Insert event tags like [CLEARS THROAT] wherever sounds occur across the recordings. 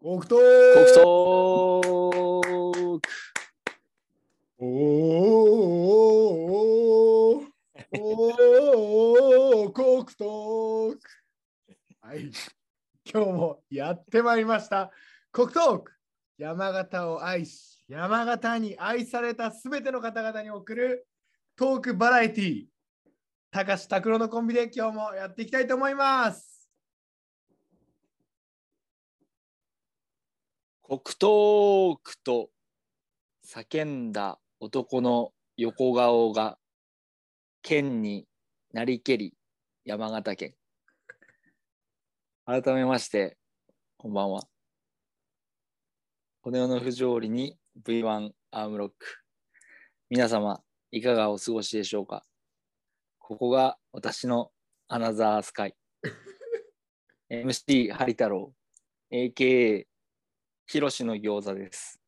コクトーコクトクークおーおーおーおーおーコクトークはい。今日もやってまいりました。コクトーク山形を愛し、山形に愛されたすべての方々に送るトークバラエティー。高橋拓郎のコンビで今日もやっていきたいと思います。 [LAUGHS] コクトークと叫んだ男の横顔が剣になりけり山形県改めましてこんばんは骨の不条理に V1 アームロック皆様いかがお過ごしでしょうかここが私のアナザースカイ [LAUGHS] MC ハリ太郎 AKA ひろしの餃子です。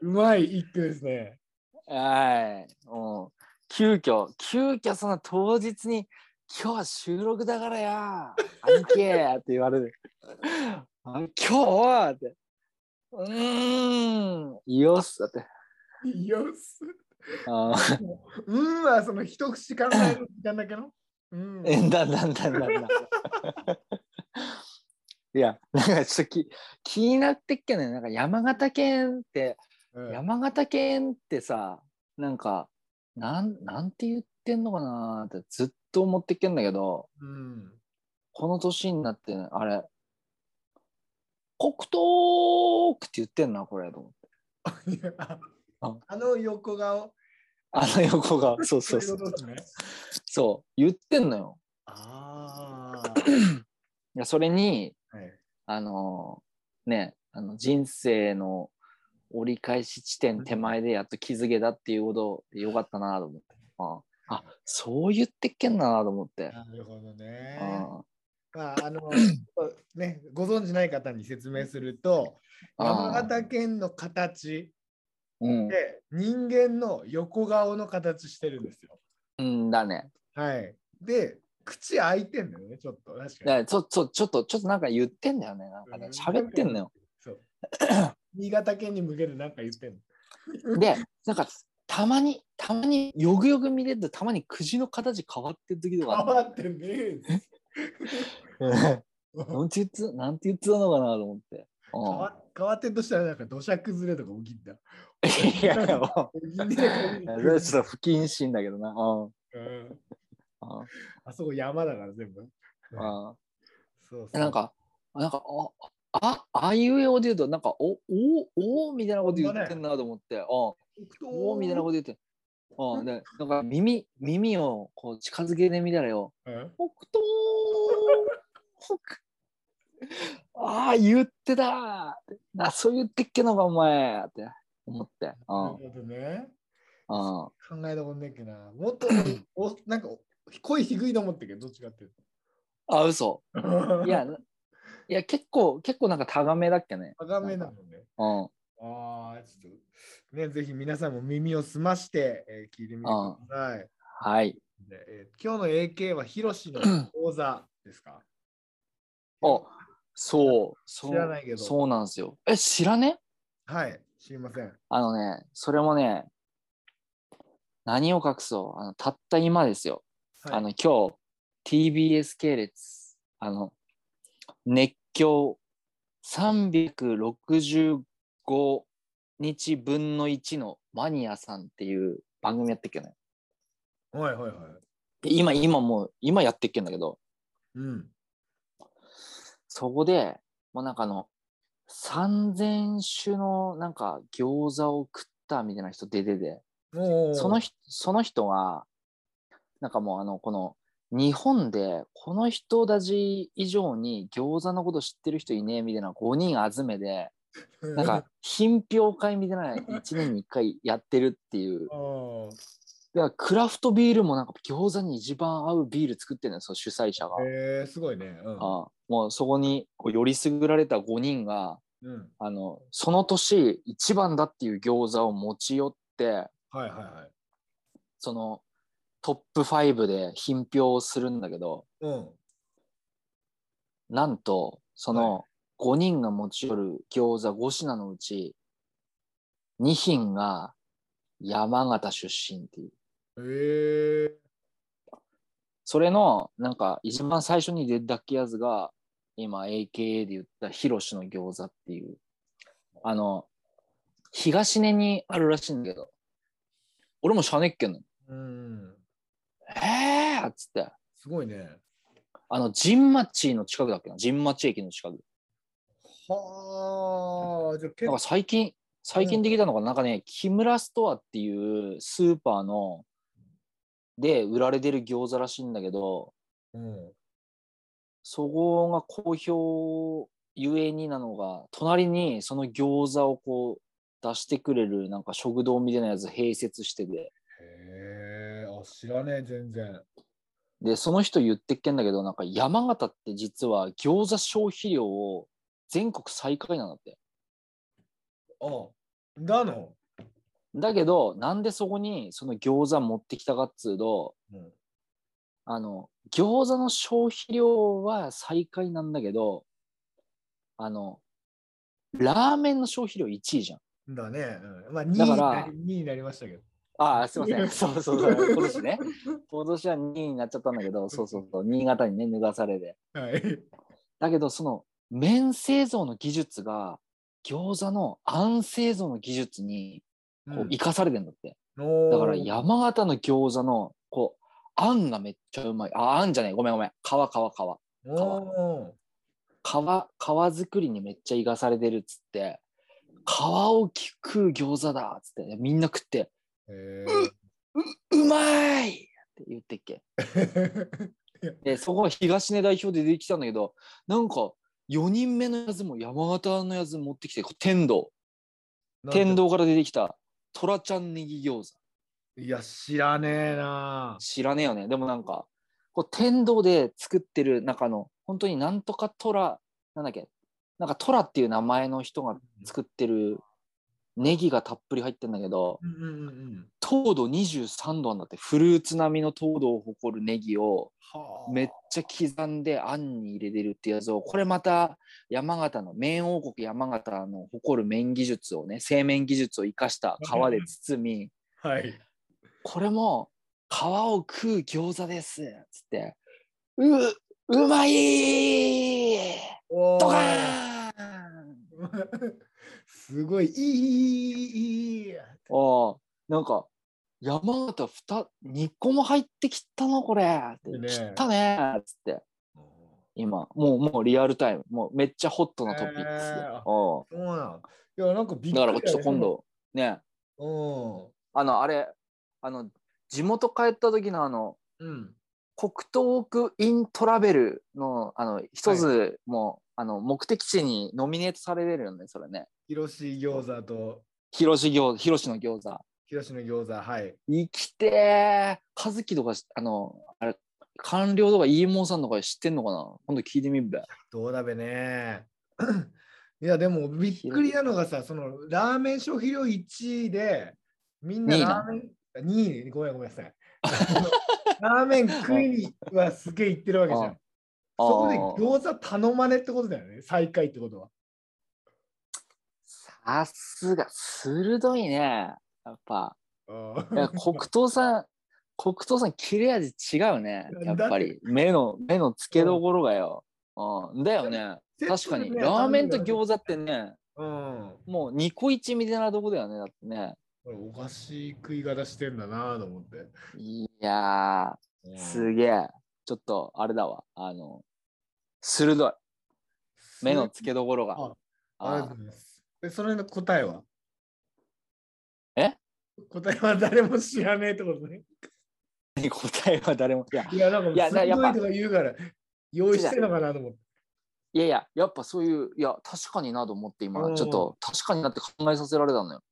うまい一句ですね。はい。もう、急遽、急遽その当日に、今日は収録だからや、兄貴って言われる。あ今日はって。うーん、よっすだって。よっあーうんはその一口考える時間だけの。うん。えだんだんだんだんだん。いや、なんかちょっとき気になってっけどね、なんか山形県って、うん山形県ってさなんかなんなんて言ってんのかなーってずっと思ってっけんだけどうん。この年になって、ね、あれ「黒糖」って言ってんなこれと思っていやああの横顔。あの横がそうそうそういことですね。そう言ってんのよああ。いやそれにはい。あのーねあの人生の折り返し地点手前でやっと気づけたっていうことでよかったなと思ってああそう言ってっけんなと思って、なるほどうね。んまあ、あの、ね、ご存知ない方に説明すると、山形県の形うんで人間の横顔の形してるんですよ。うんだね。はい。で、口開いてんだよね、ちょっと。確だかかに。らちょちょちょっとちょっとなんか言ってんだよね。なんかね喋ってんのよ。そう。新潟県に向けて何か言ってんの。でなんかたまにたまによぐよぐ見れるとたまにくじの形変わってる時とかあ変んのわってねえんです。なんて言ってなんて言ってたのかなと思って変わ変わってんとしたらなんか土砂崩れとか起き [LAUGHS] んだ。うん。いやいやも起きうねえそれはちょっと不謹慎だけどな。うんうんうんあそこ山だから全部。うんそうそうなんかなんかあああいうえおで言うとなんかおおおみたいなこと言ってんなと思って。うんおーみたいなこと言って。うん、でなんか耳耳をこう近づけてみたらよ、うん北東北ああ、言ってたーってなそう言ってっけのか、お前って思って。うなる、んほどね。うん、考えたことねえっけな。もっとおなんか声低いと思ってけど、どっちかっていうあ、嘘。と。いや、いや結構、結構なんか高めだっけね。高めなのね。うん、ああ、ちょっとね、ぜひ皆さんも耳を澄まして、えー聞いてみてください。はい。でえー今日の AK はヒロシの講座ですかおそう、そう知らないけどそうなんですよ。え、知らねはい、知りません。あのね、それもね、何を隠そうあの、たった今ですよ。はい、あの今日 TBS 系列あの熱狂365日分の1のマニアさんっていう番組やってっけどねはいはいはい。で今今もう今やってっけんだけどうん。そこでもうなんかあの3,000種のなんか餃子を食ったみたいな人出ててもうその人その人はなんかもうあのこの日本でこの人たち以上に餃子のこと知ってる人いねえみたいな5人集めでなんか品評会みたいな1年に1回やってるっていうあー、だからクラフトビールもなんか餃子に一番合うビール作ってるのよその主催者が、えー、すごいね。うん。あもうそこにこうよりすぐられた5人がうん、あのその年一番だっていう餃子を持ち寄ってはいはいはい。そのトップ5で品評をするんだけどうん。なんとその5人が持ち寄る餃子5品のうち2品が山形出身っていうえー、それのなんか一番最初に出たっけやつが今 AKA で言ったヒロシの餃子っていうあの東根にあるらしいんだけど俺もしゃねっけんのうん、えーっつってすごいね。あのジンマッチの近くだっけなジンマッチ駅の近くはあ、じゃあ結なん構か、最近、最近できたのが、なんかね、木村ストアっていうスーパーの、で売られてる餃子らしいんだけど、うん、そこが好評ゆえになのが、隣にその餃子をこう出してくれるなんか食堂みたいなやつ併設してて、へえ、あ、知らねえ、全然。で、その人言ってっけんだけど、なんか山形って実は餃子消費量を全国最下位なんだって。あ、なの、だけど、なんでそこにその餃子持ってきたかっつうと、うん、あの、餃子の消費量は最下位なんだけど、あの、ラーメンの消費量1位じゃん。だね。うん、まあ、2位だにからなり二位になりましたけど。ああ、すいません。そうそうそう。今年ね。今年は2位になっちゃったんだけど、そうそうそう。新潟にね、脱がされて。はい。だけど、その、麺製造の技術が、餃子の餡製造の技術にこう生かされてんだって。だから、や山形の餃子の、こう、餡がめっちゃうまい。あ、餡じゃない。ごめんごめん。皮、皮、皮。お皮皮作りにめっちゃ生かされてるっつって皮をき食う餃子だっつってみんな食ってーへ [LAUGHS] うまいって言ってっけえ。でそこは東根代表で出てきたんだけどなんか4人目のやつも山形のやつ持ってきてこう天童天道童から出てきたトラちゃんネギ餃子いや、知らねえな。知らねえよねでもなんかこう天童で作ってる中の本当になんとかトラなんだっけなんかトラっていう名前の人が作ってるネギがたっぷり入ってんだけどうんうんうんうん。糖度23度なんだってフルーツ並みの糖度を誇るネギをはあ。めっちゃ刻んであんに入れてるってやつをこれまた山形の麺王国山形の誇る麺技術をね製麺技術を生かした皮で包みはい。これも皮を食う餃子ですっつってううまいおドカーーン [LAUGHS] すごい、いい、いい、いい。ああ、なんか、山形ふた2個も入ってきたのこれ。ってね切ったねっつって、今、もう、もうリアルタイム。もうめっちゃホットなトピックスで。へえあおそうなん。いや、なんかびっくりだから、ちょっとね今。度、ね、そあの、あれ、あの、地元帰った時のあの、のうん。うん。国東区イントラベルの、あの、一つも、あの、目的地にノミネートされるよね、それね。広し餃子と広し餃、広しの餃子。広しの餃子、はい。生きてー和樹とかしあのあれ官僚とかイーモンさんとか知ってんのかな今度聞いてみんべどうだべね。 [CLEARS THROAT] いや、でもびっくりなのがさ、そのラーメン消費量1位で、みんな二位なラーメン、2位、ごめんごめんなさい。 [LAUGHS] あのラーメン食いにはすげえ行ってるわけじゃあん。そこで餃子頼まねってことだよね、最下位ってことは。さすが鋭いねやっぱあ [LAUGHS] [LAUGHS] いや黒糖さん黒糖さん切れ味違うねやっぱり目の目の付けどころがよ、うん、だよねー確かにラーメンと餃子ってねうん。もうニコイチみたいなとこだよねだってねこれおかしい食い方してんだなと思って。いやうーんすげえちょっとあれだわあの鋭い目の付けどころが。あありがとあうございます。え、それの答えはえ答えは誰も知らねえってことね。あ答えは誰も。いや [LAUGHS] いや、なんいか、やすごだいやっぱとか言うから、用意してるのかなと思って。いやいや、やっぱそういう、いや、確かになと思ってう今、んちょっと確かになって考えさせられたのよ。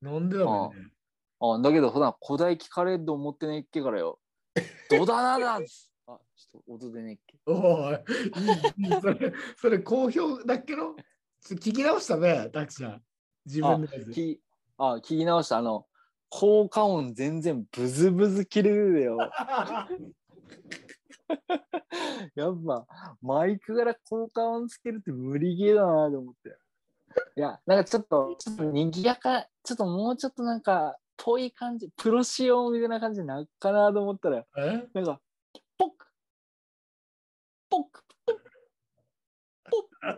なんでだろうね。あだけど、普段古代聞かれると思ってねえっけから [LAUGHS] よ。どだなだあ、ちょっと音でねっけ。おい、いいいいそれ、それ好評だっけど、ちょっと聞き直したね、たくさん。自分のやつ。きあ、聞き直した。あの、効果音全然ブズブズ切れるでよ。やっぱ、マイクから効果音つけるって無理ゲーだなと思って。いや、なんかちょっと、ちょっと賑やか、ちょっともうちょっとなんか、遠い感じ、プロ仕様みたいな感じになっかなと思ったら、 [LAUGHS] えなんか、ポックポックポッ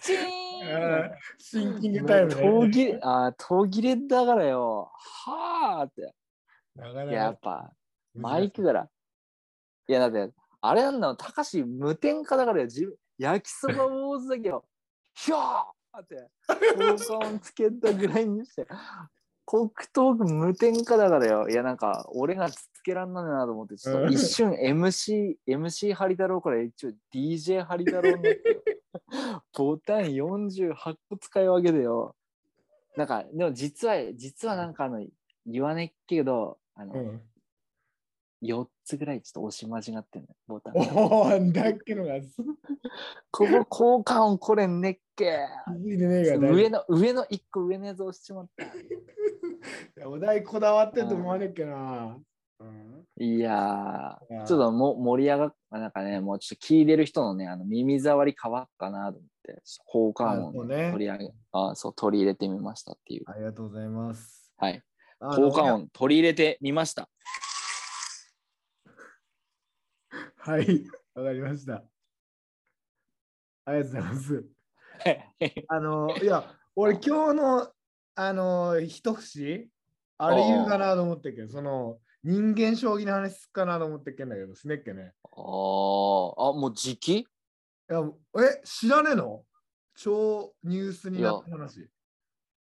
チーンあーシンキングタイムもう途ね。切れ、あー途切れだからよ。はあって。なかいや、やなっかぱ、マイクから。いや、だって、あれなんだよ、たかし無添加だからよ、自分、焼きそば坊主だけど、 [LAUGHS] ひょーって、効果音つけたぐらいにして、コクトーク無添加だからよ。いや、なんか、俺がつけらんないなと思って、ちょっと一瞬 MC、MC ハリ太郎から一応 DJ ハリ太郎になってよ、 [LAUGHS] ボタン48個使い分けでよ。なんか、でも実は、実はなんかあの、言わねっけど、あの、うん4つぐらいちょっと押し間違ってんのよ、ボタン。おお、なんだっけのがすここ効果音これねっけ。気づいてねえが大上の、上の1個上のやつ押しちまった。いやお題こだわってると思わねえっけな。うんいやいやー、ちょっとも盛り上がっなんかね、もうちょっと聞いてる人のね、あの耳障り変わったなと思って、ちょっと効果音をね、なるほどね取り上げ、あそう、取り入れてみましたっていう。ありがとうございます。はい。あの効果。音取り入れてみました。はい、 [LAUGHS] わかりました。ありがとうございます。 [LAUGHS] あの、いや、俺今日の、あの、一節、あれ言うかなと思ってっけど、その、人間将棋の話すっかなと思ってっけんだけど、すねっけね。おーあ、もう時期いやえ、知らねえの超ニュースになった話。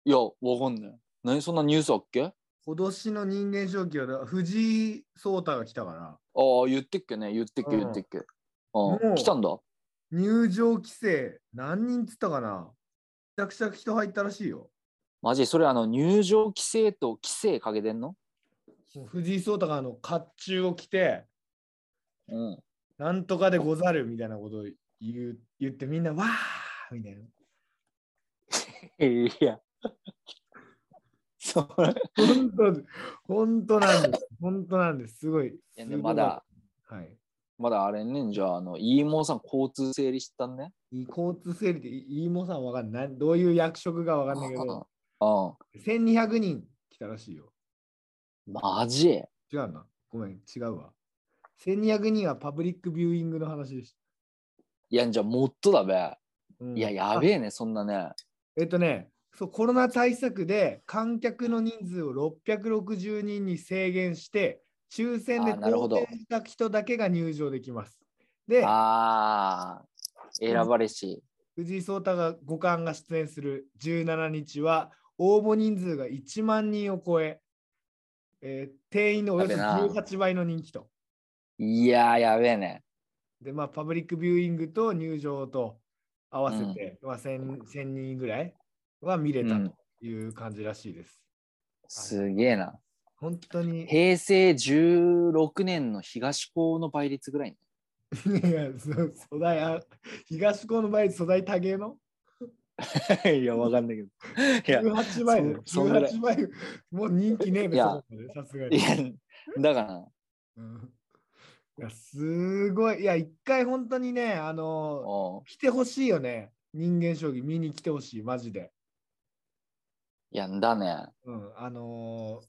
いや、わかんない。何そんなニュースあっけあ今年の人間将棋は藤井聡太が来たから。あー、言ってっけね、言ってっけ、うん言ってっけ。もあうあ、来たんだ。入場規制何人っつったかなめちゃくちゃ人入ったらしいよ。マジそれあの入場規制と規制かけてんの藤井聡太があの甲冑を着て、うん。なんとかでござるみたいなことを言う言ってみんなわーみたいな。いや。そう本当です本当なん [LAUGHS] です。本当なんです。すごい。いやすごいまだ、はい。まだあれね、じゃあ、あの、イーモーさん交通整理したんね。いい交通整理でいいもさんわかんない。どういう役職がわかんないけど、うん。 1200人来たらしいよ。マジ違うな。ごめん、違うわ。1200人はパブリックビューイングの話でしいや、じゃあもっとだべ。た。うんいや、やべえね、そんなね。えっとね、そうコロナ対策で観客の人数を660人に制限して、抽選であーなるほ当ど選した人だけが入場できます。で、ああ、選ばれし。藤井聡太が五冠が出演する17日は、応募人数が1万人を超え、えー定員のおよそやべえな18倍の人気と。いやー、やべえね。で、まあ、パブリックビューイングと入場と合わせて、まあ、1000 1000人ぐらいは見れうたん。という感じらしいです。すげえな。本当に。平成16年の東高の倍率ぐらい、ね。いや、そ粗大あ、東高の前、粗大多芸の [LAUGHS] いや、わかんないけど。いや、 ?18 倍だよ。そそんぐらい18倍。もう人気ねえべ、いやそこまでさすが [LAUGHS] いに。や、だから、うんいや、すごい。いや、一回本当にね、あの、おう来てほしいよね。人間将棋見に来てほしい、マジで。いやんだね。うん、あのー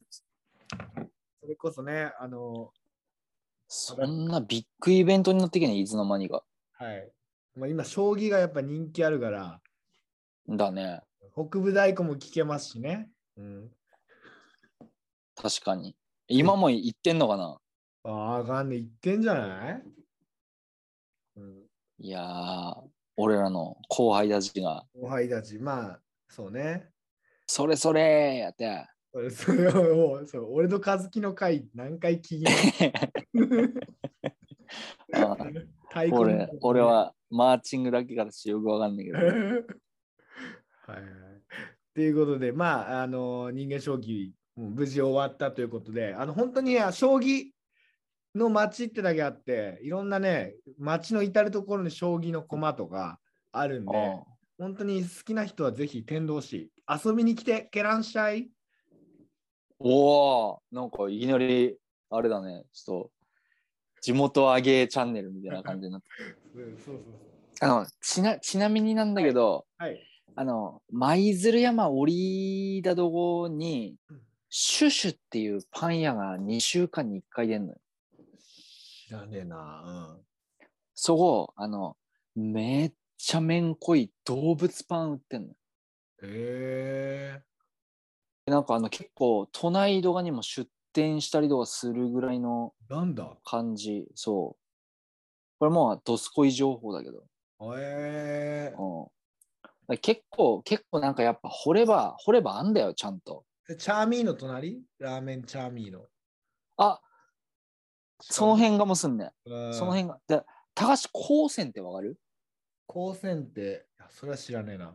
それこそね、あのそんなビッグイベントになってけね、いつの間にか。ーはい。まあ、今、将棋がやっぱ人気あるから、だね。北部太鼓も聞けますしね。うん。確かに。今も言ってんのかなああかんね言ってんじゃない、うん、いやー、俺らの後輩たちが、後輩たち、まあ、そうね。 [LAUGHS] それそれやって。 [LAUGHS] それそれをもうそう俺の和樹の回何回聞いた [LAUGHS] あ太鼓の [LAUGHS] 俺俺。はマーチングだけからしてよくわかんないけどはい。はい。ということで、まあ、あの人間将棋、もう無事終わったということで、あの本当にあ将棋の街ってだけあって、いろんなね、街の至るところに将棋の駒とかあるんで。うん本当に好きな人はぜひ天童市遊びに来てケランシャイおおなんかいきなり、あれだね、ちょっと、地元あげチャンネルみたいな感じになってうんそうそうそう。あのちなちなみになんだけど、はい。あの舞鶴山折田どこにうんシュシュっていうパン屋が2週間に1回出んのよ知らねえな。そこあのめっちゃめんこい動物パン売ってんのようん。えでなんかあの結構都内とかにも出店したりとかするぐらいのー、なんだ。感じそうこれもうドスコイ情報だけどえーうんだから結構結構なんかやっぱ掘れば掘ればあんだよちゃんとえ。チャーミーの隣ラーメンチャーミーの。あその辺がもうすんねうんその辺がで高橋高専ってわかる高専って、いやそれは知らねえな。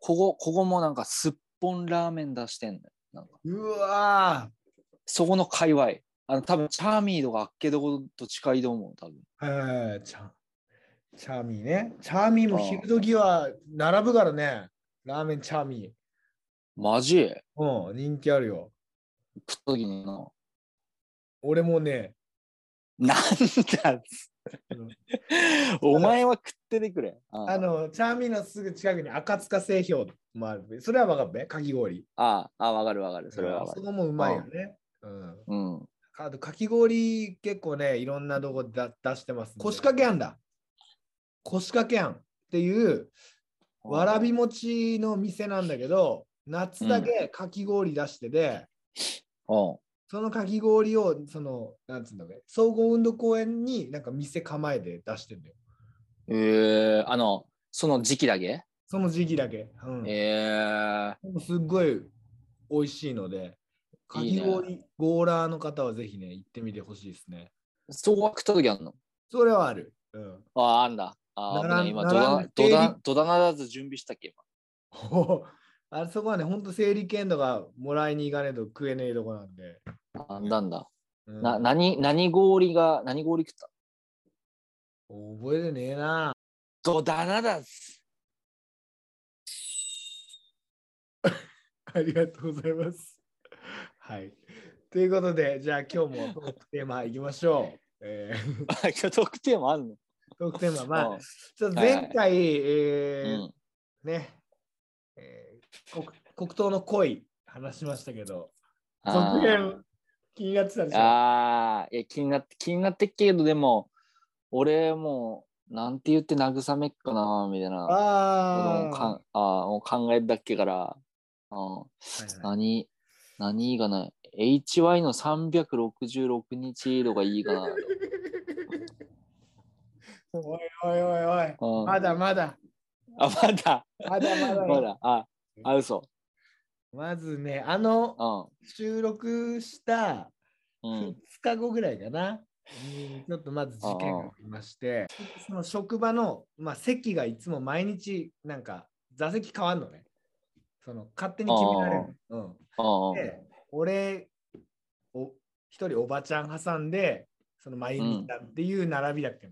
ここここもなんかすっぽんラーメン出してんだよなんかうわそこの界隈あの多分チャーミーとかあっけどこと近いと思う多分ーはいはいはいチャチャーミーね。チャーミーも昼時は並ぶからね。ラーメンチャーミマジ食っー。うん、人気あるよ。た時にな俺もね、なんだうんお前は食っててくれああの、チャーミーのすぐ近くに赤塚製氷もあるべ。それは分かるべ、かき氷。ああわかるわかるそれはわあかそるこもうまいよね。うん。うんあと、かき氷結構ね、いろんなとこだ出してます、腰掛けあんだ。腰掛けあんっていう、わらび餅の店なんだけど、夏だけかき氷出してで、うんそのかき氷を、その、なんつうんだろうね、総合運動公園になんか店構えで出してんだよ。えー、あのその時期だけ、その時期だけ。うん、えー、でもすっごい美味しいので、かいいきね氷ゴーラーの方はぜひね、行ってみてほしいですね。そこは食った時あんのそれはある。うん。 [LAUGHS] ああ、あんだ。あー並ん危ない今ド並んダ、でドダ、ドダならず準備したっけ今ほうあそこはね、ほんと整理券とかもらいに行かねえと食えねえとこなんで。あんだんだ。うんな、何、何氷が、何氷食った覚えてねえな。ドダナダ [LAUGHS] ス。ありがとうございます。 [LAUGHS] はい。ということで、じゃあ今日もトークテーマいきましょう。 [LAUGHS] えーあ今日特典もあるの、トークテーマ、まあうん、ちょっと前回、うえーん、ね、えー黒黒糖の恋話しましたけど、あ続ー編気になってたでしょあーいや気になって、気になってっけど、でも、俺もう、なんて言って慰めっかな、みたいな。俺もかあんあーもう考えたっけから。うんー、はいはい何何がない ?HY の366日とかいいかな。おいおいおいおい、うんまだまだ、あ、まだ。まだまだよまだ。あ、あ、嘘。まずね、あの [LAUGHS] う収録したん。う2ん。日後ぐらいかな、にちょっとまず事件がありまして、その職場の、まあ、席がいつも毎日、なんか座席変わるのね。その勝手に決められる。うんうんで俺お一人おばちゃん挟んでそのまゆみちゃんっていう並びだっけ、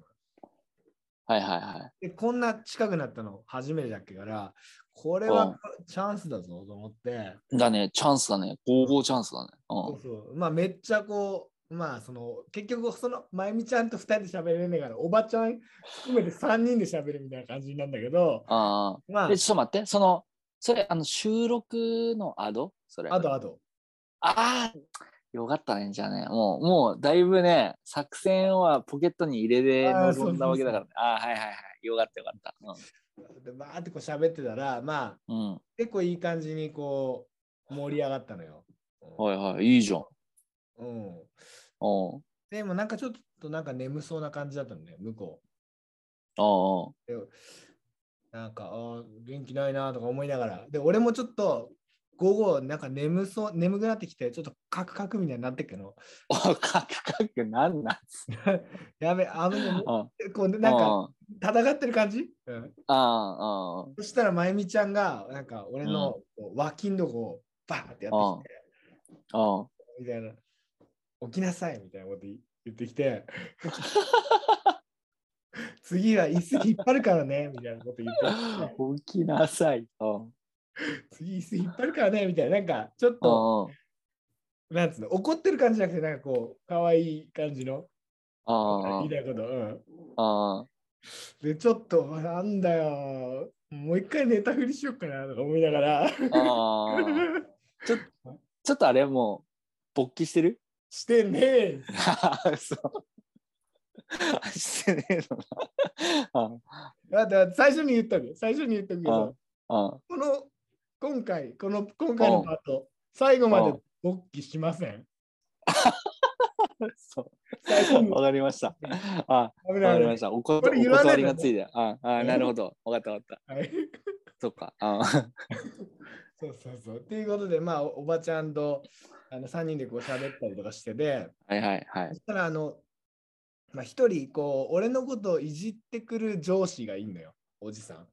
はいはいはでこんな近くなったの初めてだっけからこれはうんチャンスだぞと思って、い。だね、チャンスだね。ゴーゴーチャンスだね。うそうそうまあめっちゃこうまあその結局そのまゆみちゃんと2人で喋れねえからおばちゃん含めて3人で喋るみたいな感じなんだけどん。あまあ。あで、ちょっと待って、その、それ、あの、収録のアドそれ。あとあとああよかったね、じゃあね。もう、もう、だいぶね、作戦はポケットに入れてあーそうそう臨んそだうわけだからね。ああー、はいはいはい。よかったよかった。でバーってこう喋ってたらまあうん。うん。結構いい感じにこう盛り上がったのよ。はいはい。いいじゃん。うんうん。 [LAUGHS] でもなんかちょっとなんか眠そうな感じだったのね、向こああ。う。でなんか、あー元気ないなとか思いながら。で、俺もちょっと午後、なんか眠そう、眠くなってきて、ちょっとカクカクみたいになってっけど、おカクカクなんなんすやべ、あぶねうんうんこう、あなんか戦ってる感じ、うん、あそしたら、まゆみちゃんが、なんか俺のこう脇んとこをバーってやってきて、ああみたいな、起きなさいみたいなこと言ってき [LAUGHS] て、次は椅子引っ張るからね、みたいなこと言ってきて。 [LAUGHS] 起きなさい。うん次椅子引っ張るからねみたいな、なんかちょっと、あなんつうの、怒ってる感じじゃなくて、なんかこう、可愛い感じの、あ言いたいこと。うん、あ、ああ、で、ちょっと、なんだよ。もう一回ネタ振りしようかなとか思いながら。ああ。ちょっとあれもう、勃起してる [LAUGHS] [LAUGHS] してねえ。そう。してねえのな。だって最初に言ったのよ最初に言ったけど、ああ、この、今回、この、今回のパート、最後まで勃起しません。そ最初に [LAUGHS] う。わかりました。あ危あ、なわい危かりなまいした。おこことおれ言わない断りのがついて。ああ、なるほど。わかったわかった。はい。そっか。ああそうそうそう。ということで、まあ、おおばちゃんとあの3人でこう喋ったりとかしてで、 [LAUGHS] はいはいはいそ。したら、あの、まあ、一人、こう、俺のことをいじってくる上司がいんのよ、おじさん。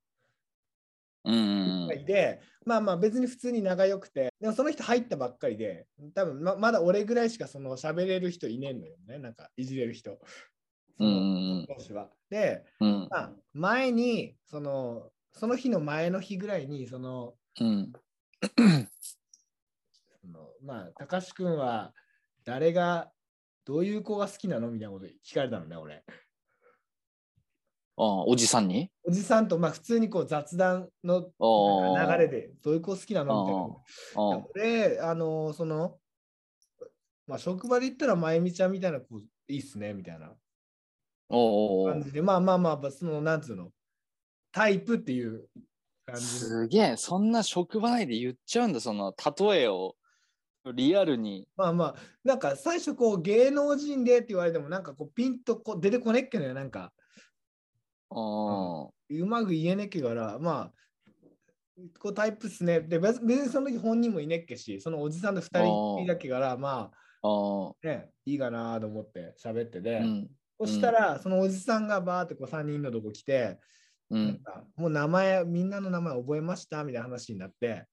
うんうんうん。で、まあまあ別に普通に仲良くて、でもその人入ったばっかりで、多分ままだ俺ぐらいしかその喋れる人いねえのよね、なんかいじれる人。そうんうのん上司は。で、うん。まあ、前にその、その日の前の日ぐらいに、その、うん。そのまあ、たかしくんは誰が、どういう子が好きなのみたいなこと聞かれたのね、俺。ああ、おじさんにおじさんと、まあ、普通にこう雑談のああ。流れ。で、どういう子好きなのみたいなことああ。俺、あのその、まあ、職場で言ったら、まゆみちゃんみたいな子、いいっすね、みたいなおうおうお感うじで、まあまあまあ、その、なんつうの、タイプっていう感じの。すげえそんな職場内で言っちゃうんだその例えをリアルにまあまあ、なんか最初、こう、芸能人でって言われても、なんかこう、ピンとこう出てこねっけのよ、なんか、あうまく言えねっけから、まあ、こうタイプっすね。で、別別にその時本人もいねっけし、そのおじさんと二人きりだっけから、まあああ、ね、いいかなと思って喋ってて。うんそしたら、そのおじさんがバーってこう3人のとこ来て、うなんんかもう名前、みんなの名前覚えましたみたいな話になって、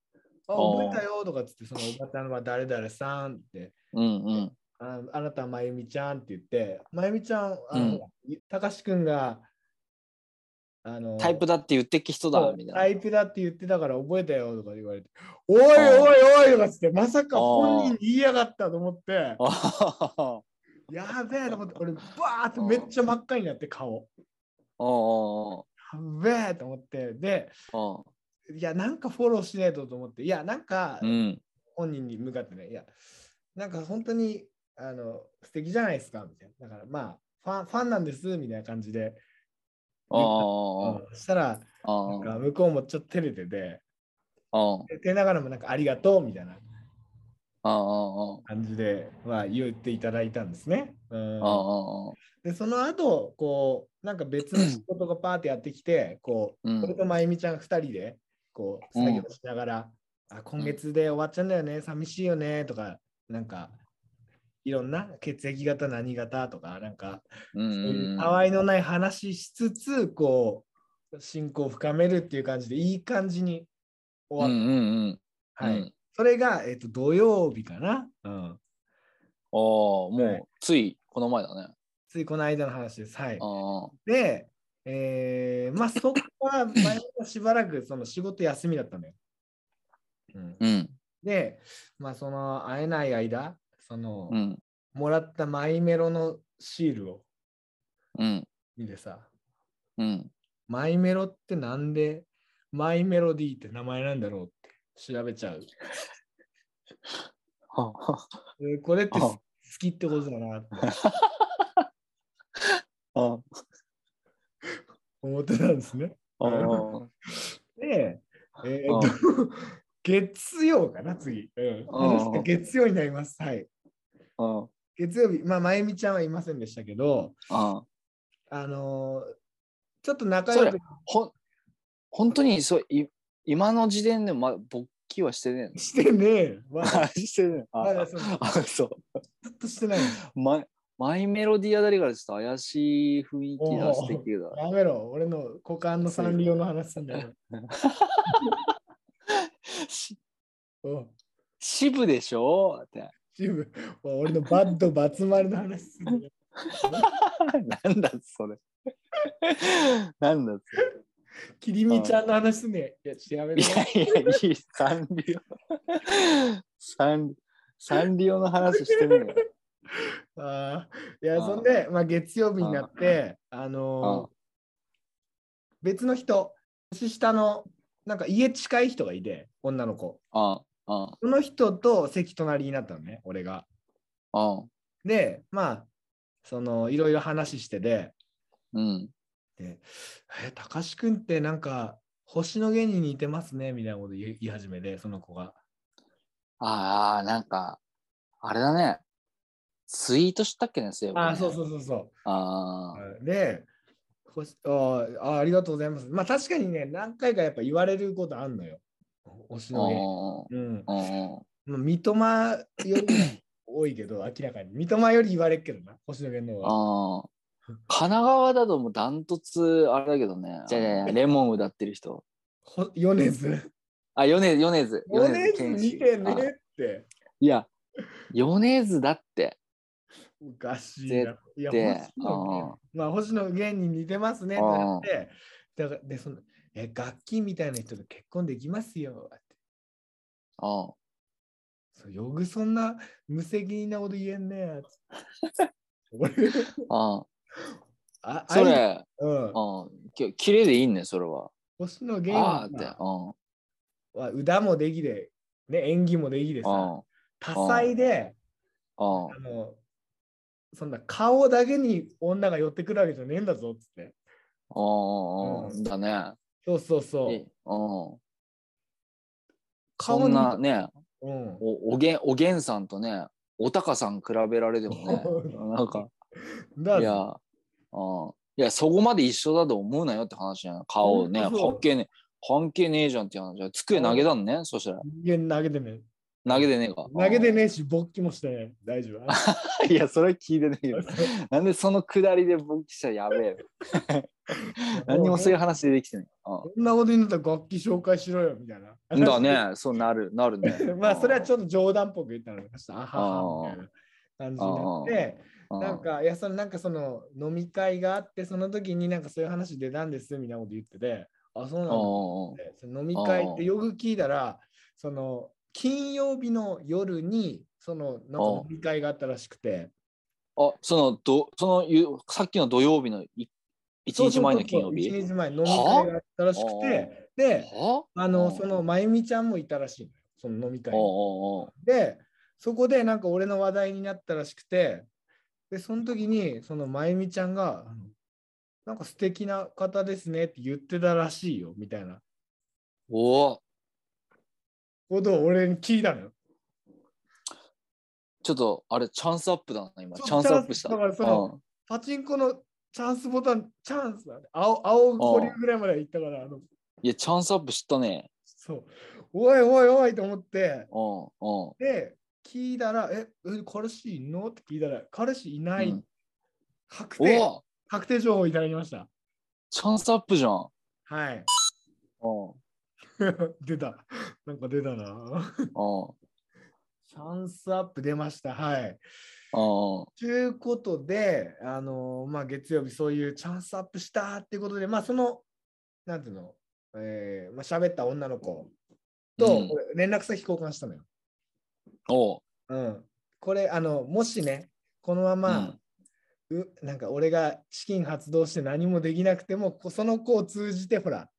あ、おー覚えたよとかっつって、そのおばちゃんは誰々さんって、うんうんああなたはまゆみちゃんって言って、まゆみちゃん、あうんの、たかしくんが、あの、タイプだって言ってき人だそうみタたいイプだって言ってたから覚えたよとか言われて、おいおいおいとかっつって、まさか本人に言いやがったと思って、な [LAUGHS] あやべえと思って、俺、バーってめっちゃ真っ赤になって顔。あやべえと思って、で、あいや、なんかフォローしねえとと思って、いや、なんかうん本人に向かってね、いや、なんか本当にあの素敵じゃないですか、みたいな。だからまあ、ファンファンなんです、みたいな感じで。あうんあそしたら、なんあか向こうもちょっと照れてて、あ照れながらもなんかありがとうみたいなあ感じで、まあ、言っていただいたんですね。うんああで、その後、こう、なんか別の仕事がパーってやってきて、こう、うん俺とまゆみちゃん2人でこううん作業しながら、あ今月で終わっちゃうんだよね寂しいよねとかなんかいろんな血液型何型とかなんかうんそうういんうたわいのない話しつつこう進行を深めるっていう感じでいい感じにうんう終わっんた、はいそれが、えっと土曜日かな、うん、ああもうついこの前だねついこの間の話ですはいあでえーまあそこは前はしばらくその仕事休みだったのよ、うん、うんで、まあ、その会えない間、その、うんもらったマイメロのシールをうん見てさ、うんマイメロってなんでマイメロディーって名前なんだろうって調べちゃう。あえーこれってあ好きってことだなってあ思ってたんですね。あ [LAUGHS] で、えーあっと、 [LAUGHS] 月曜かな、次。うん、あ話が月曜になります。はい。あ月曜日、まあ、まゆみちゃんはいませんでしたけど、ああのーちょっと仲良そくれ、ほん本当にそうい今の時点でま勃起はしてねえしてね、まだのしてねえあまだそのああそうずっとしてないの。マイマイメロディあたりからちょっと怪しい雰囲気出してきてた [LAUGHS] やめろ、俺の股間のサンリオの話なんだ [LAUGHS] よ。しお支部でしょって [LAUGHS] チーム、お俺のバッドバツ丸の話すんだよ。 [LAUGHS] なんだそれ [LAUGHS] なんだそれキリミちゃんの話すんねいや、やめいろ。やいやいい [LAUGHS] サンリオサンサンリオの話してねえよあーいや、あーそんで、まあ、月曜日になって、あのー別の人、年下の、なんか家近い人がいて、女の子。ああその人と席隣になったのね、俺が。あで、まあ、その、いろいろ話してて、うんでえ、たかしくんってなんか、星の源に似てますね、みたいなこと言い言い始めて、その子が。ああなんかあれだねツイートしたっけねそういえあばねー、そうそうそうそう。ああで、こしあーあーありがとうございます。まあ確かにね、何回かやっぱ言われることあんのよ。推しのね。うん。うんうんまあ、三笘より多いけど、明らかに。三笘より言われるけどな、星野源の方が。ああ神奈川だともうダントツあれだけどねじゃあねレモン歌ってる人ほ米津。あ米津米津米津玄師見てねあって。いや米津だっておかしいな。いや、で星野源。まあ星野源に似てますねってなって。だからでそのえ楽器みたいな人と結婚できますよって。ああそうよくそんな無責任なこと言えんねや。 [LAUGHS] 俺あああそあいれうん、あき綺麗でいいねそれは星野ああ源ってはうんまあ歌もできで、ね、演技もできでうんさ、多彩で、うんあの、そんな顔だけに女が寄ってくるわけじゃねえんだぞっつって。うんううんんだねそうそうそえう。うん顔そんに、なねうん、おおげんおげんさんとねおたかさん比べられてもねなんかだいや、ぞあーいや、そこまで一緒だと思うなよって話じゃん。顔ね、本当そう関係ねえ、関係ねえじゃんって話じゃん。机投げたんね、そしたら。人間投げてね投げてねえか。投げてねえし、勃起もしてね大 [LAUGHS] 丈夫。あー。いや、それ聞いてねえよ。なんでそのくだりで勃起したらやべえ [LAUGHS] よ。何にもそういう話できてない。こんなこと言うんだったら楽器紹介しろよみたいな。。うん、だ。ね、そうなる、なるね [LAUGHS] まあそれはちょっょっと冗談っぽく言ったのかあははみたいな感じになって、となんか、いや、そのなんかその飲み会があって、その時になんかそういう話出たんですみたいなこと言ってて、あ、そうなんだってその飲み会ってよく聞いたら、その金曜日の夜にそのなんか飲み会があったらしくて、あ、その、どそのゆ、さっきの土曜日のい一日前の金曜日1日前に飲み会があったらしくて、で、はあうの、んそのまゆみちゃんもいたらしいのよその飲み会に。おうおうおうで、そこでなんか俺の話題になったらしくて、で、その時に、そのまゆみちゃんが、あのなんか素敵な方ですねって言ってたらしいよ、みたいなおうことを俺に聞いたのよ。ちょっと、あれ、チャンスアップだな、今。そうチャンスアップした。チャンスだからそうんパチンコのチャンスボタン、チャンスだね。青、青保留ぐらいまで行ったから、あの、いや、チャンスアップしたね。そう、おいおいおいと思って、うん、うん。で、聞いたら、え、え彼氏いんのって聞いたら、彼氏いない、うん確お定、お確定情報をいただきました。チャンスアップじゃん。はい。 [LAUGHS] うん、うん。出た。なんか出たな。チャンスアップ出ました。はい。うん。ということで、あのーまあ、月曜日そういうチャンスアップしたっていうことで、まあ、その、なんていうの、えーまあ喋った女の子と、うん俺連絡先交換したのよ。おううん。これ、あの、もしね、このまま、うなんか俺がチキン発動して何もできなくても、こその子を通じて、ほら、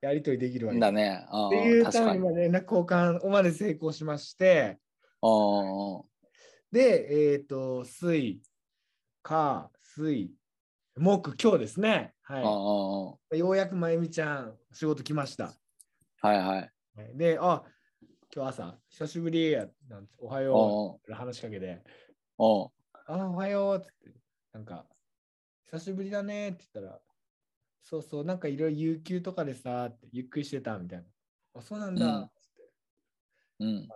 やりとりできるわうん。けだね。うんっていう確たかめに。にうんまあ連絡交換をまで成功しまして、うん。で、えっ、と、水、火、水、木、今日ですね。うんうんはうん。い。ようやくまゆみちゃん、仕事来ました。はいはい。はいで、あ、今日朝、久しぶりや、なんておはうよんうん。う、話しかけて、うんあ、おはようっつって、なんか、久しぶりだねって言ったら、そうそう、なんかいろいろ有給とかでさ、ってゆっくりしてたみたいな。あ、そうなんだ。うんうん。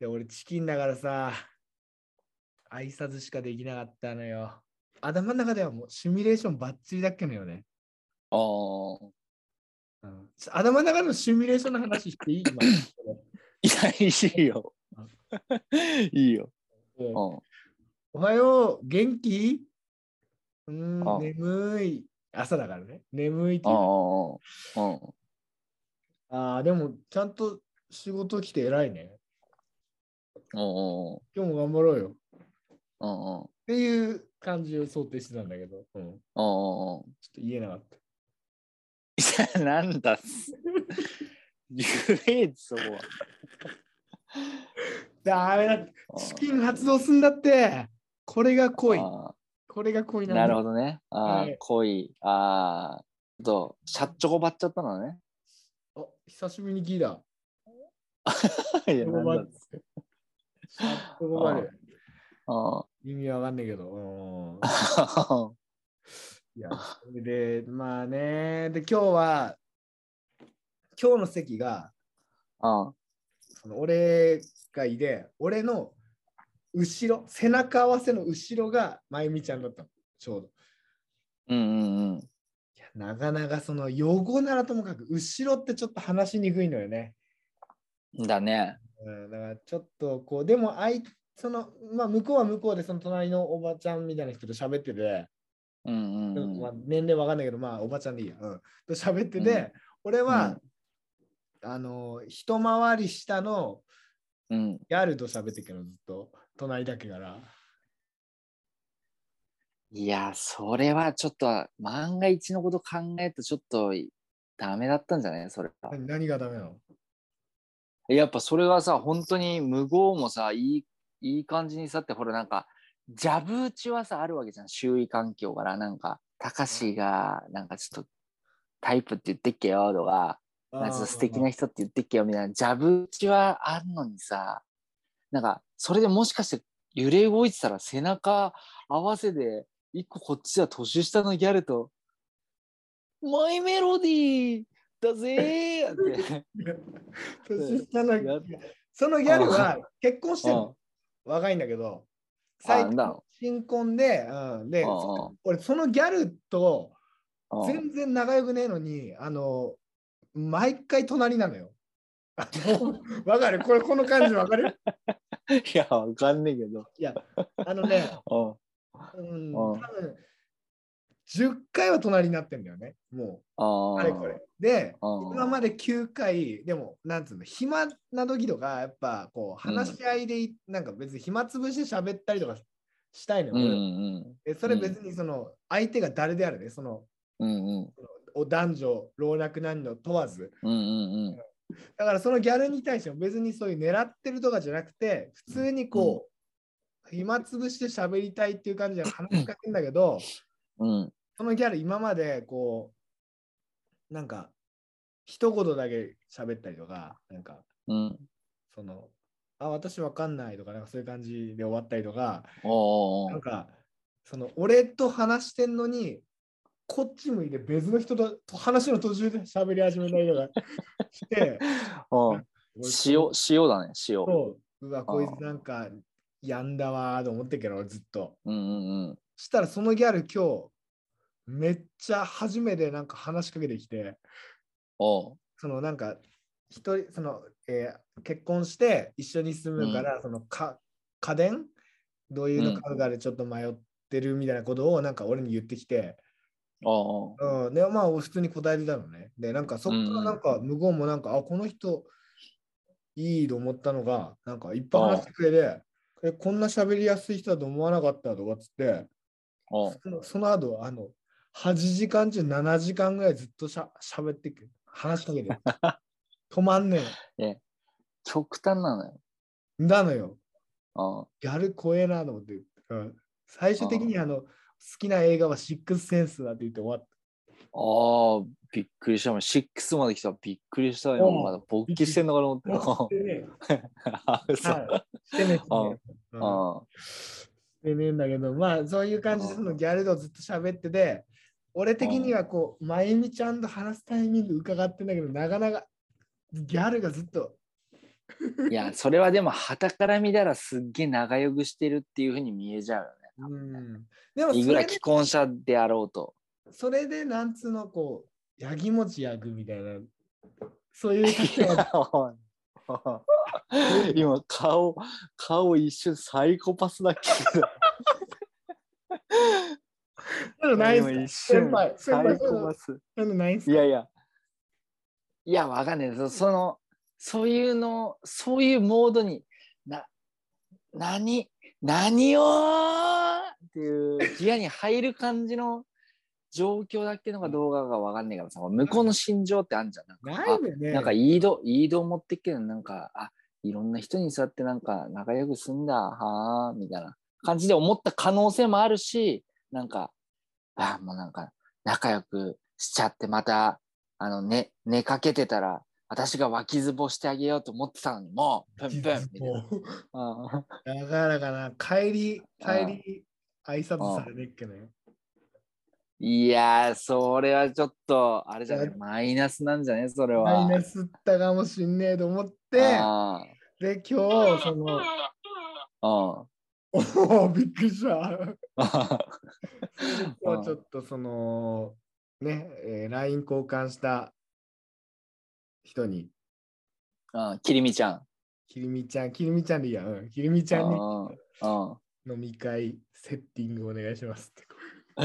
で、俺チキンだからさ、挨拶しかできなかったのよ。頭の中ではもうシミュレーションばっちりだっけのよね。うん。うん、頭の中のシミュレーションの話していい今、いや、いいよ。 [LAUGHS] いいよ。うんうん。 [LAUGHS] おはよう、元気うーあん、眠い。朝だからね。眠いってういんう。うんうん。うん。ああ、でもちゃんと仕事来て偉いね。うんうんうん。今日も頑張ろうよ。うんうん。うんていう感じを想定してたんだけど、うん、うんうん。ちょっと言えなかった。いや、なんだっす。言え、そこは。ダメだって、資金発動すんだって、これが恋。あこれが恋ーなんだ。なるほどね。あはーい恋。ああ。と、シャッチョコばっちゃったのね。ど。久しぶりに聞いた。 [LAUGHS] いやこなこん [LAUGHS] まだで。ここまであ。あ意味わかんないけど。うんーいや、それで、まあね、で、今日は、今日の席が、あその俺がいで、俺の後ろ、背中合わせの後ろが、まゆみちゃんだったの、ちょうど。ー。うんうんうん。いやなかなかその横ならともかく、後ろってちょっと話しにくいのよね。だね。うん、だからちょっとこう、でもあい、その、まあ、向こうは向こうで、その隣のおばちゃんみたいな人と喋ってて、うんうんまあうん。、年齢わかんないけど、まあ、おばちゃんでいいや。うん、と喋ってて、うん俺は、あの、一回り下のうん。ギャルと喋ってるけど、ずっと、隣だけから。いや、それはちょっと、万が一のこと考えると、ちょっと、ダメだったんじゃないそれは。何何がダメなのやっぱそれはさ、本当に無言もさ、いい、いい感じにさって、ほらなんか、ジャブ打ちはさ、あるわけじゃん。周囲環境から、なんか、たかしが、なんかちょっと、タイプって言ってっけよとか、なんかちょっと素敵な人。人って言ってっけよみたいな、ジャブ打ちはあんのにさ、なんか、それでもしかして揺れ動いてたら背中合わせで、一個こっちは年下のギャルと、マイメロディーだぜーって。年下のやっそのギャルは結婚 [LAUGHS] [LAUGHS] してんの若いんだけど、最あなんだろ近新婚で、うん、で、うんうんそ俺、そのギャルとうん全然仲良くねえのに、あの、毎回隣なのよ。あの [LAUGHS] わかるこれ、この感じわかるいや、わかんねえけど。いや、あのね、うんうん、う多ん分10回は隣になってんだよね、もう、ああれこれ。で、うん今まで9回、でも、なんつうの、暇な時とか、やっぱ、こう、うん話し合いでい、なんか別に暇つぶして喋ったりとかしたいのよう、んう俺えんそれ別にその、相手が誰であるね、その、うん。うんうん。お男女、老若男女問わず。うんうんうん。だから、そのギャルに対しても別にそういう狙ってるとかじゃなくて、普通にこう、暇つぶして喋りたいっていう感じで話しかけんだけど、うんそのギャル今までこうなんか一言だけ喋ったりとかなんかうん。そのあ私わかんないとかなんかそういう感じで終わったりとかおーおなーんかその俺と話してんのにこっち向いて別の人とと話の途中で [LAUGHS] 喋り始めたりとか [LAUGHS] しておー。俺塩、塩だね、塩。そううわこいつなんかやんだわーと思ってるけど俺ずっとうんうんうん。したらそのギャル今日めっちゃ初めてなんか話しかけてきておうそのなんか一人その、えー結婚して一緒に住むから、そのか家電どういうの買うかでちょっと迷ってるみたいなことをなんか俺に言ってきて、おうおううん、でまあ普通に答えてたのねでなんかそっからなんか向こうもなんか、あこの人いいと思ったのがなんかいっぱい話してくれてえこんな喋りやすい人だと思わなかったとかっつっておうそのその後あの8時間中7時間ぐらいずっとしゃ喋ってく話しかけ [LAUGHS] て止まんねえの極端なのよ。なのよ。あやる怖えなと思って。うん最終的にあの好きな映画はシックスセンスだって言って終わっあー、びっくりした。もう6まで来たらびっくりしたよ。うんまだ勃起してんのかとた。思って。ねあえ。嘘はいしてねえ。してねえうんあしてねえんだけど、まあそういう感じでそのギャルとずっと喋ってて、俺的にはこう、まゆみちゃんと話すタイミング伺ってんだけど、なかなかギャルがずっと、ーいや、それはでも、旗から見たらすっげえ仲良くしてるっていうふうに見えちゃうよね。うん。でも [LAUGHS] いそくられで既、婚者であろうと。それでなんつうのこう、やぎもちやぐみたいな、そういう感じいやおいおい [LAUGHS] 今顔顔一瞬サイコパスだっけど [LAUGHS] なのない今っ一すか先瞬輩、先サイ輩、コパそスういうのないっすかいやいやいやわかんないそそのそういうのそういうモードにな何何をーっていうギアに入る感じの状況だっけのかどうかが分かんないからさ、向こうの心情ってあんじゃん。なんかないよね。あなんか、いい度、いい度持ってっけど、なんか、あ、いろんな人にそうやってなんか仲良くすんだ、はあ、みたいな感じで思った可能性もあるし、なんか、あ、もうなんか、仲良くしちゃって、また、あの、ね、寝かけてたら、私が脇ズボしてあげようと思ってたのに、もう、プンプンみたいな。もううんだからかな、帰り、あ帰あり、挨拶されねっけね。いやー、それはちょっと、あれじゃない、だマイナスなんじゃねそれは。マイナスったかもしんねえと思って、あで、今日、その、ーおお、 [LAUGHS] びっくりした。うん。 [LAUGHS] 今日ちょっとその、ね、えー、LINE 交換した人に、うん、きりみちゃん。きりみちゃん、きりみちゃんでいいや、うん、きりみちゃんにうんうん飲み会セッティングお願いします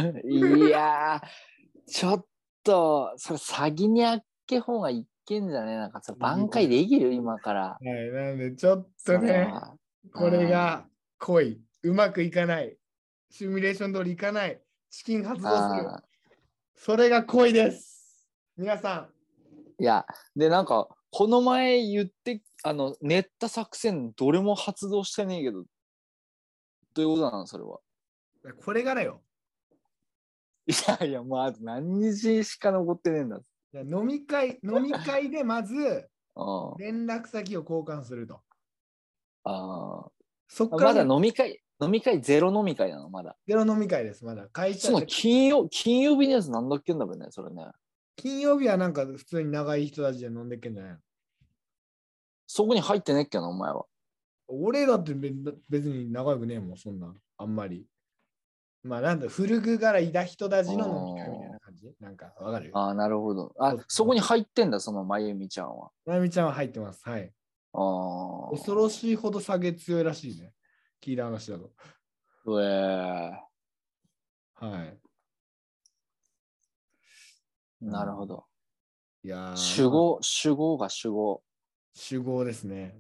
って。いやー、ちょっと、それ詐欺にあっけ方がいっけんじゃねなんかさ、挽回できる今から。はい、なので、ちょっとそれね、はこれが恋、うまくいかない、シミュレーション通りいかない、チキン発動するあ、それが恋です。皆さーいや、で、なんか、この前言って、あの、練った作戦、どれも発動してねえけど、どういうことなの、それは。ん、これがだよ。いやいや、もうあと何日しか残ってねえんだ。じゃあ飲み会、飲み会でまずうん連絡先を交換すると。あそこあ。かまだら飲み会、飲み会ゼロ飲み会なの、まだ。ゼロ飲み会です、まだ。会社その金曜、金曜日のやつなんだっけんだべね、それね。金曜日はなんか普通に長い人たちで飲んでっけんじゃないのそこに入ってねっけな、お前は。俺だってべ別に仲良くねえもん、そんな、あんまり。まあなんだ、古くからいた人たちの飲み会みたいな感じなんかわかるああ、なるほど。あそう、そこに入ってんだ、そのまゆみちゃんは。なみちゃんは入ってます。はい。ああ。恐ろしいほど下げ強いらしいね。聞いた話だと。うえはい。ーなるほど。いやー主。語、主語が主語。主語ですね。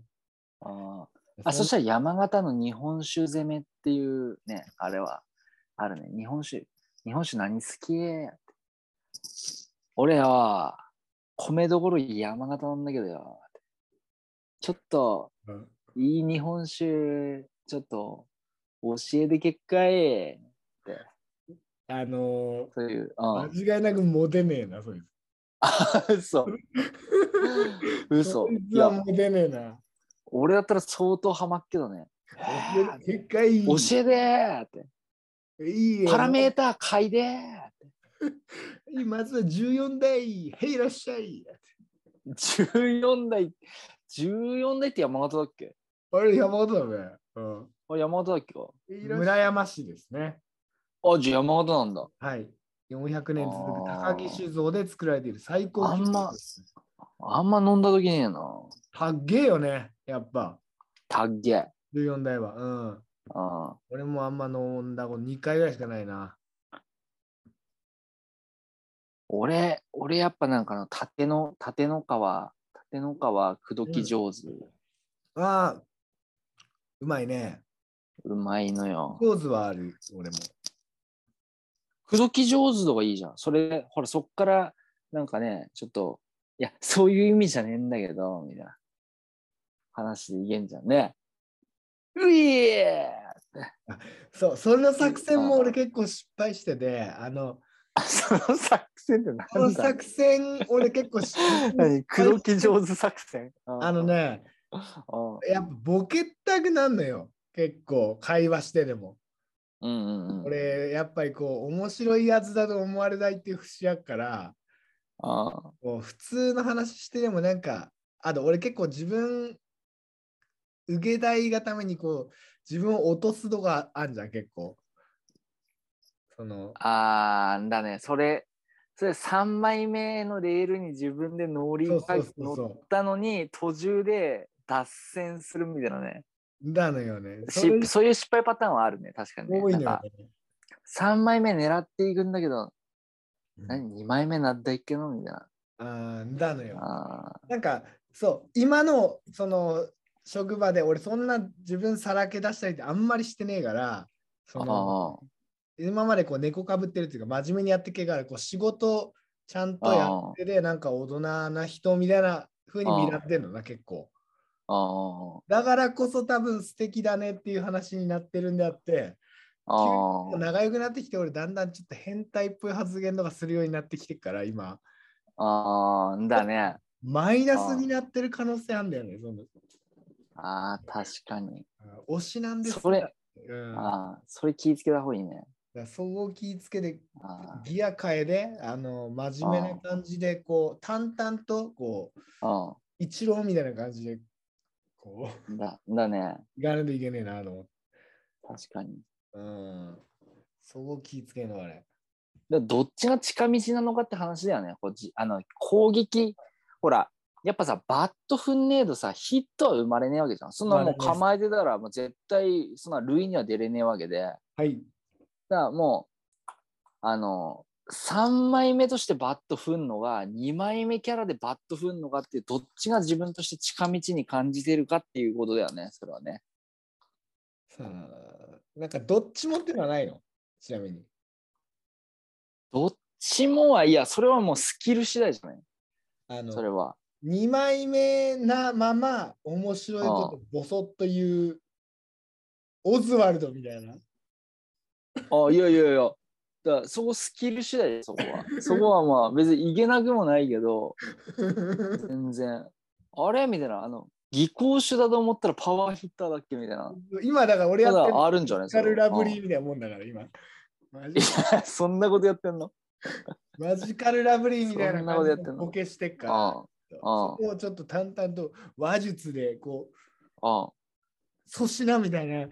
あああ、そしたら山形の日本酒攻めっていうね、あれは、あるね。日本酒、日本酒何好き俺は、米どころ山形なんだけどよ。ちょっと、うんいい日本酒、ちょっと、教えて結果え。あのと [LAUGHS] いう。ーうん、間違いなくモテねえな、そいあ、嘘。 [LAUGHS] つ。嘘。そいいつはや、モテねえな。俺だったら相当ハマっけどね。ー結果いい。教えてーって。いいよパラメーター書いてーって。まずは14台。へい、いらっしゃい。 14代、14代って山形だっけあれ、山形だね。うん。あ山形だっけか村山市ですね。あ、じゃあ山形なんだ。はい。400年続くあ高ー木酒造で作られている最高級あんまですあんま飲んだ時ねえな。たっげえよね、やっぱ。たっげえ。 14代は。うん。うん俺もあんま飲んだこと2回ぐらいしかないな。俺、俺やっぱなんかの縦の、縦の川、縦の川、口説き上手。ああ、うまいね。うまいのよ。上手はある、俺も。口説き上手とかいいじゃん。それ、ほら、そっから、なんかね、ちょっと、いや、そういう意味じゃねえんだけど、みたいな話で言えんじゃんね。ういえそう、それの作戦も俺結構失敗してて、あの、あ [LAUGHS] その作戦ってこなのんだ作戦俺結構失 [LAUGHS] 敗何口説き上手作戦あの。ね、うんやっぱボケたくなんのよ。結構会話してでも。うんうんうん。俺やっぱりこう面白いやつだと思われないっていう節やから、あこう普通の話してでもなんか、あと俺結構自分、受けたいがためにこう自分を落とすとかあんじゃん結構。そのあー、だね。それ、それ3枚目のレールに自分で乗りそうかそうそう乗っそたのに、途中で脱線するみたいなね。う。だのよね。しそれそういう失敗パターンはあるね、確かに、ね。多いのなんよかね。 3枚目狙っていくんだけど、うん何 ?2 枚目なったっけのみたいな。あーだのよ。あなんかそう今のその職場で俺そんな自分さらけ出したりってあんまりしてねえからそのあ今までこう猫かぶってるっていうか真面目にやってけからこう仕事ちゃんとやってでなんか大人な人みたいな風に見られてるのな結構あ、あだからこそ多分素敵だねっていう話になってるんであってあ、ああ、長くなってきて俺だんだんちょっと変態っぽい発言とかするようになってきてっから今ああ、んだね。マイナスになってる可能性あんだよねそのああ、確かに。あ推しなんですそれ、うん、だかああ、それ気ぃつけた方がいいね。らそこを気ぃつけてあギア変えであの真面目な感じでこう淡々とこうあ、あ一郎みたいな感じでこう [LAUGHS] あ、だ、だね。いかないといけねえなと思って、確かに。うん、そこ気ぃつけんのあれだどっちが近道なのかって話だよね。こっちあの攻撃、ほら、やっぱさ、バット踏んねえとさ、ヒットは生まれねえわけじゃん。そんなも生まれうねえ構えてたら、もう絶対、そんな塁には出れねえわけで。だかはいらもう、あの、3枚目としてバット踏んのが、2枚目キャラでバット踏んのがって、どっちが自分として近道に感じてるかっていうことだよね、それはね。さあなんかどっちもっていうのはないのちなみにどっちもは、いや、それはもうスキル次第じゃない。あそれのは。 2枚目なまま面白いことボソッと言うオズワルドみたいなあいやいやいや。だからそこスキル次第ですそこ [LAUGHS] は。そこはまあ別にいけなくもないけど、全然。あれみたいな、あの、技巧手だと思ったらパワーヒッターだっけみたいな。 [LAUGHS] 今だから俺やたってるだあるんじゃないカルラブうリーんみたいなもんだから今マいジや、そんなことやってんのマジカルラブリーみたいそなんなこ感じとやってんでのボケしてっからあそあこをちょっと淡々と話術でこうあ、粗品みたいな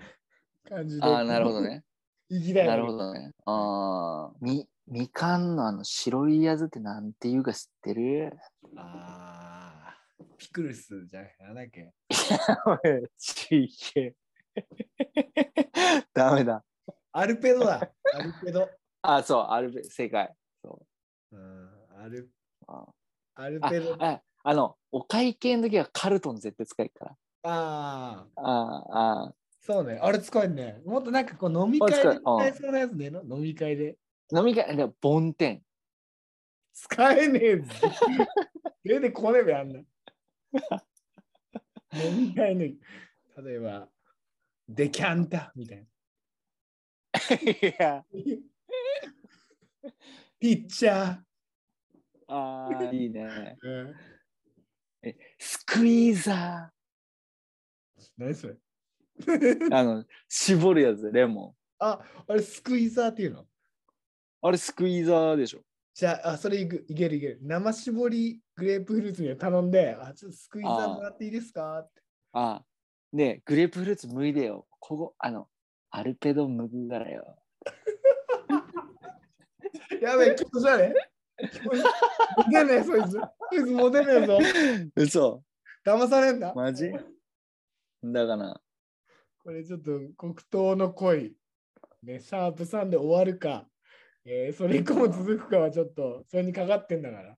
感じでああ、なるほどね。いきだよなるほどね。ああ、み、みかんのあの白いやつってなんていうか知ってる [LAUGHS] あーピクルスじゃなくてなんだっけち [LAUGHS] げえダメだ。アルペド [LAUGHS] だ。アルペド。あ、そう、あれ、正解。そう。うん、アルあアルあペド。あああの、お会計の時はカルトン絶対使えるから。あー、ああそうね。あれ使えんね。もっとなんかこう飲み会であ使え使えそうなやつね。の飲み会で。あ、飲み会、でボンテン。使えね [LAUGHS] えぜ。出てこねえべ、あんな。飲み会の、例えば、デキャンタみたいな。いや、 [LAUGHS] ピッチャー。ああ、いいね。うん、スクイーザ何それー。あの、絞るやつ、レモあ、あれスクイーザーっていうのン。あれ、スクイーザーでしょ。じゃあ、あそれいくいけるいける。生搾りグレープフルーツには頼んで、あ、ちょっとスクイーザーもらっていいですかって。ああ。ねえグレープフルーツ剥いでよ。ここ、あの、アルペド剥くからよ。やべえ、気持ち悪い。モテねえ、そいつ。そいつモテねえぞ。嘘。騙されんだ。マジだから、これちょっと黒糖の恋。ね、シャープ3で終わるか、えーそれ以降も続くかはちょっと、それにかかってんだから。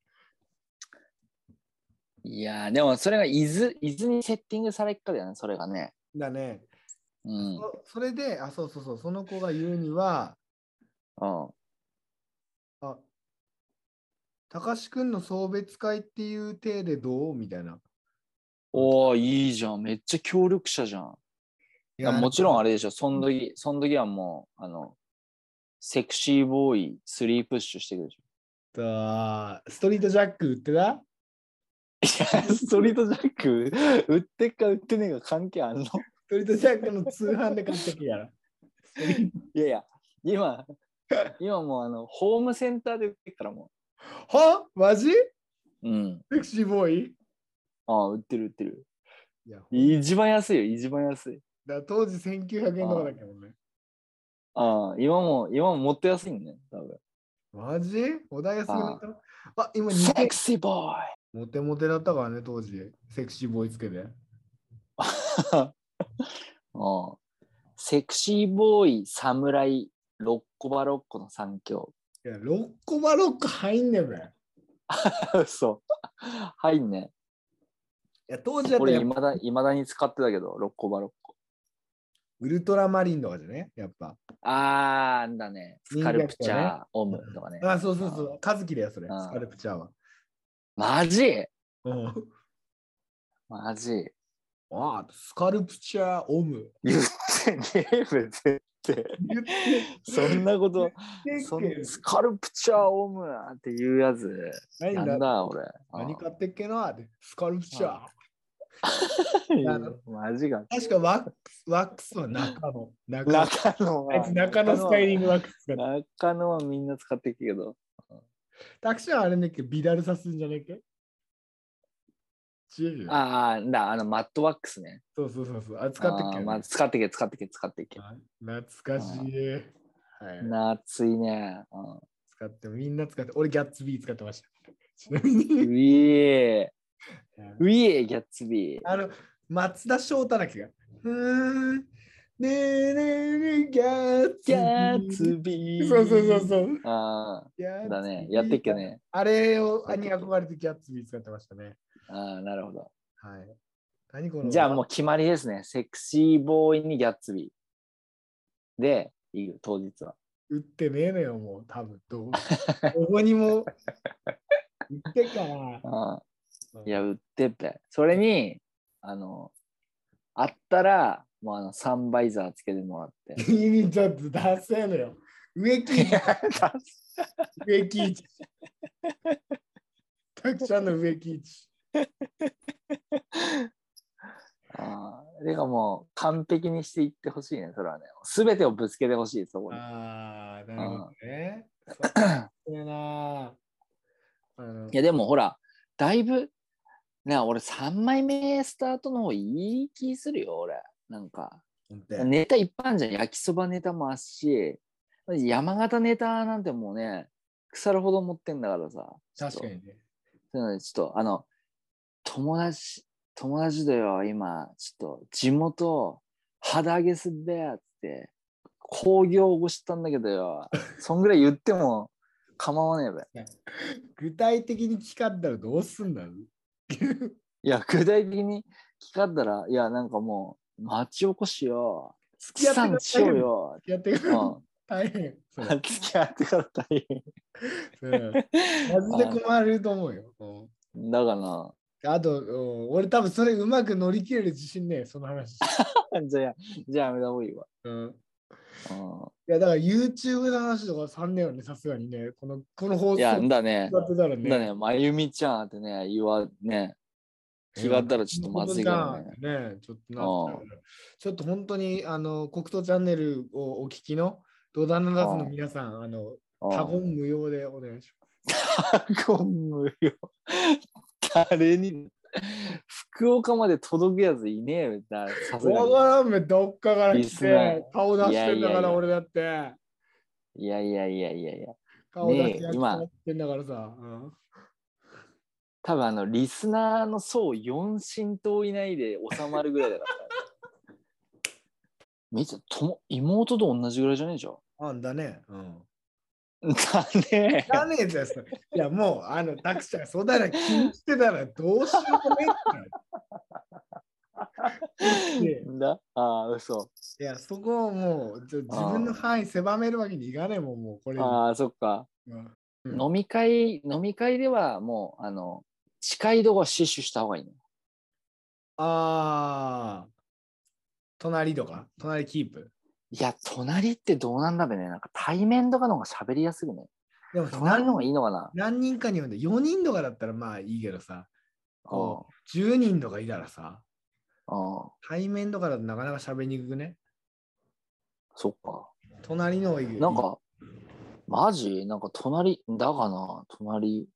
いやー、でもそれが伊豆、伊豆にセッティングされっかだよね、それがね。だね。うん。そそれで、あ、そうそうそう、その子が言うには、うんあ、たかしくんの送別会っていう体でどうみたいな。おおいいじゃん。めっちゃ協力者じゃん。いあもちろんあれ。れでしょ。その時、その時はもう、あの、セクシーボーイ、スリープッシュしてくるでしょ。あーストリートジャック売ってたいや、 [LAUGHS] ストリートジャック、売ってっか売ってねえか関係あんのストリートジャックの通販で買ってき [LAUGHS] やら。いやいや、 [LAUGHS] 今、今もうあの、ホームセンターで売ってっからもはマジセう。うん。クシーボーイああ、売ってる売ってる。いや、一番安いよ、一番安い。だ当時1900円とかだっけどね。ああ、今も、今ももっと安いんね、多分。マジお題安くなったあ、今セ2クシーボーイモテモテだったからね、当時。セクシーボーイつけて。 [LAUGHS] うんセクシーボーイ、侍、ロッコバロッコの三強。 [LAUGHS] いや、6個は6個入んねんべ。そう。入んね。や、当時だったら俺やっいぱまだいまだに使ってたけど6個ば6個ウルトラマリンとかじゃねやっぱ。あーあんだねスカルプチャー、オムとかねあ、そうそうそう。カズキだよ、それ。あスーカルプチャーは。マジうん。マジああ、スカルプチャーオム。言ってねえ別に [LAUGHS] って言ってそんなことっそけんスカルプチャーオムなんていうやつ何なんだだ俺あ何買ってっけなってスカルプチャー。 [LAUGHS] マジが確かワックスワックスは中野。中野中野はあいつ中野スカイリングワックスが。中野はみんな使ってるけどタクシーはあれねっけビダルさすんじゃねえっけ違うよああんだあのマットワックスねそうそうそうそう。あ使ってっけよあーね、まあ使ってけ使ってけ使ってけあ懐かしい。はい。夏いね、うん使ってみんな使って俺ギャッツビー使ってましたちなみに [LAUGHS] ウィーウィーギャッツビー。あの松田翔太だっけがうーんねえねえねえギャッツギャッビツビーー。そうそうそうそうあギャッツあ、ビーだね。やってっけね。あれをに憧れてギャッツビー使ってましたねああ、なるほど。はい何このじゃあもう決まりですね。セクシーボーイにギャッツビー。で、いいよ、当日は。打ってねえのよもう多分どうどこに [LAUGHS] も打ってっかなああいや、売ってって。それに、あの、あったら、もうあの、サンバイザーつけてもらって。意味ちょっと出せのよ植 [LAUGHS] 木いやだ植木 [LAUGHS] 一。たくちゃんの植木一。ああ、でかもう完璧にしていってほしいね、それはね。すべてをぶつけてほしい、そこに。ああ、なるほど [CLEARS THROAT] ね。そうだな。あのいやでもほら、だいぶ、な俺3枚目スタートの方いい気するよ、俺。なんか、ほんとやネタいっぱいあんじゃん。焼きそばネタもあっし、山形ネタなんてもうね、腐るほど持ってんだからさ。確かちょっと。にね。そういうのでちょっと、あの、友達、友達だよ、今、ちょっと、地元、肌上げすっべやって、工業を起こしたんだけど [LAUGHS] よ、そんぐらい言っても構わねえべ。具体的に聞かったらどうすんだろういや、具体的に聞かったら、いや、なんかもう、町おこしよ、付地き合ってく産だ地さい消よ。よ、付き合ってくうだん、大変。そう付き合ってから大そう [LAUGHS] [LAUGHS] マジで困ると思うよ。うん変。だかあと、うん俺多分それうまく乗り切れる自信ねえ、その [LAUGHS] 話。ら、じゃあ、じゃあやめた方がいいわ。うんういや、だから YouTube の話とか3年よね、さすがにね。このこの放ん、い送や、んだね。使ってたらね。だね、まゆみちゃんってね、言わね、気があったらちょっとまずいからね。ね。ちょっとなっちゃうからちょっと本当にあの黒糖チャンネルをお聞きのドダナダズの皆さん、あのうん多言無用でお願いしタゴムよ。誰に福岡まで届くやついねえよ、ださます。すわがにからんめ、どっかからリ来スナーて、顔出してんだかいやいやいらや俺だって。いやいやいやいやいや。顔出してねえや今ってんだからさ。うん多分あのリスナーの層4親等以内で収まるぐらいだからさ。みつとも妹と同じぐらいじゃねえじゃん。あんだね。うん。だね。ダメですよそれいや、もう、あの、タクシー、そんなの気にしてたらどうしようもねえ [LAUGHS] って。だああ、嘘。いや、そこをもう、ちょ自分の範囲狭めるわけにいかねえもん、もう、これ以上。ああ、そっか。うん飲み会、飲み会ではもう、あの、近いとこは死守した方がいいね。あー、隣とか隣キープ。いや、隣ってどうなんだべね。なんか対面とかの方が喋りやすくね。でも、隣の方が何いいのかな。何人かに呼んで、4人とかだったらまあいいけどさ、うんこう、10人とかいたらさ、うん。対面とかだとなかなか喋りにくくね。そっか。隣の方がいいなんか、マジなんか隣、だがな、隣。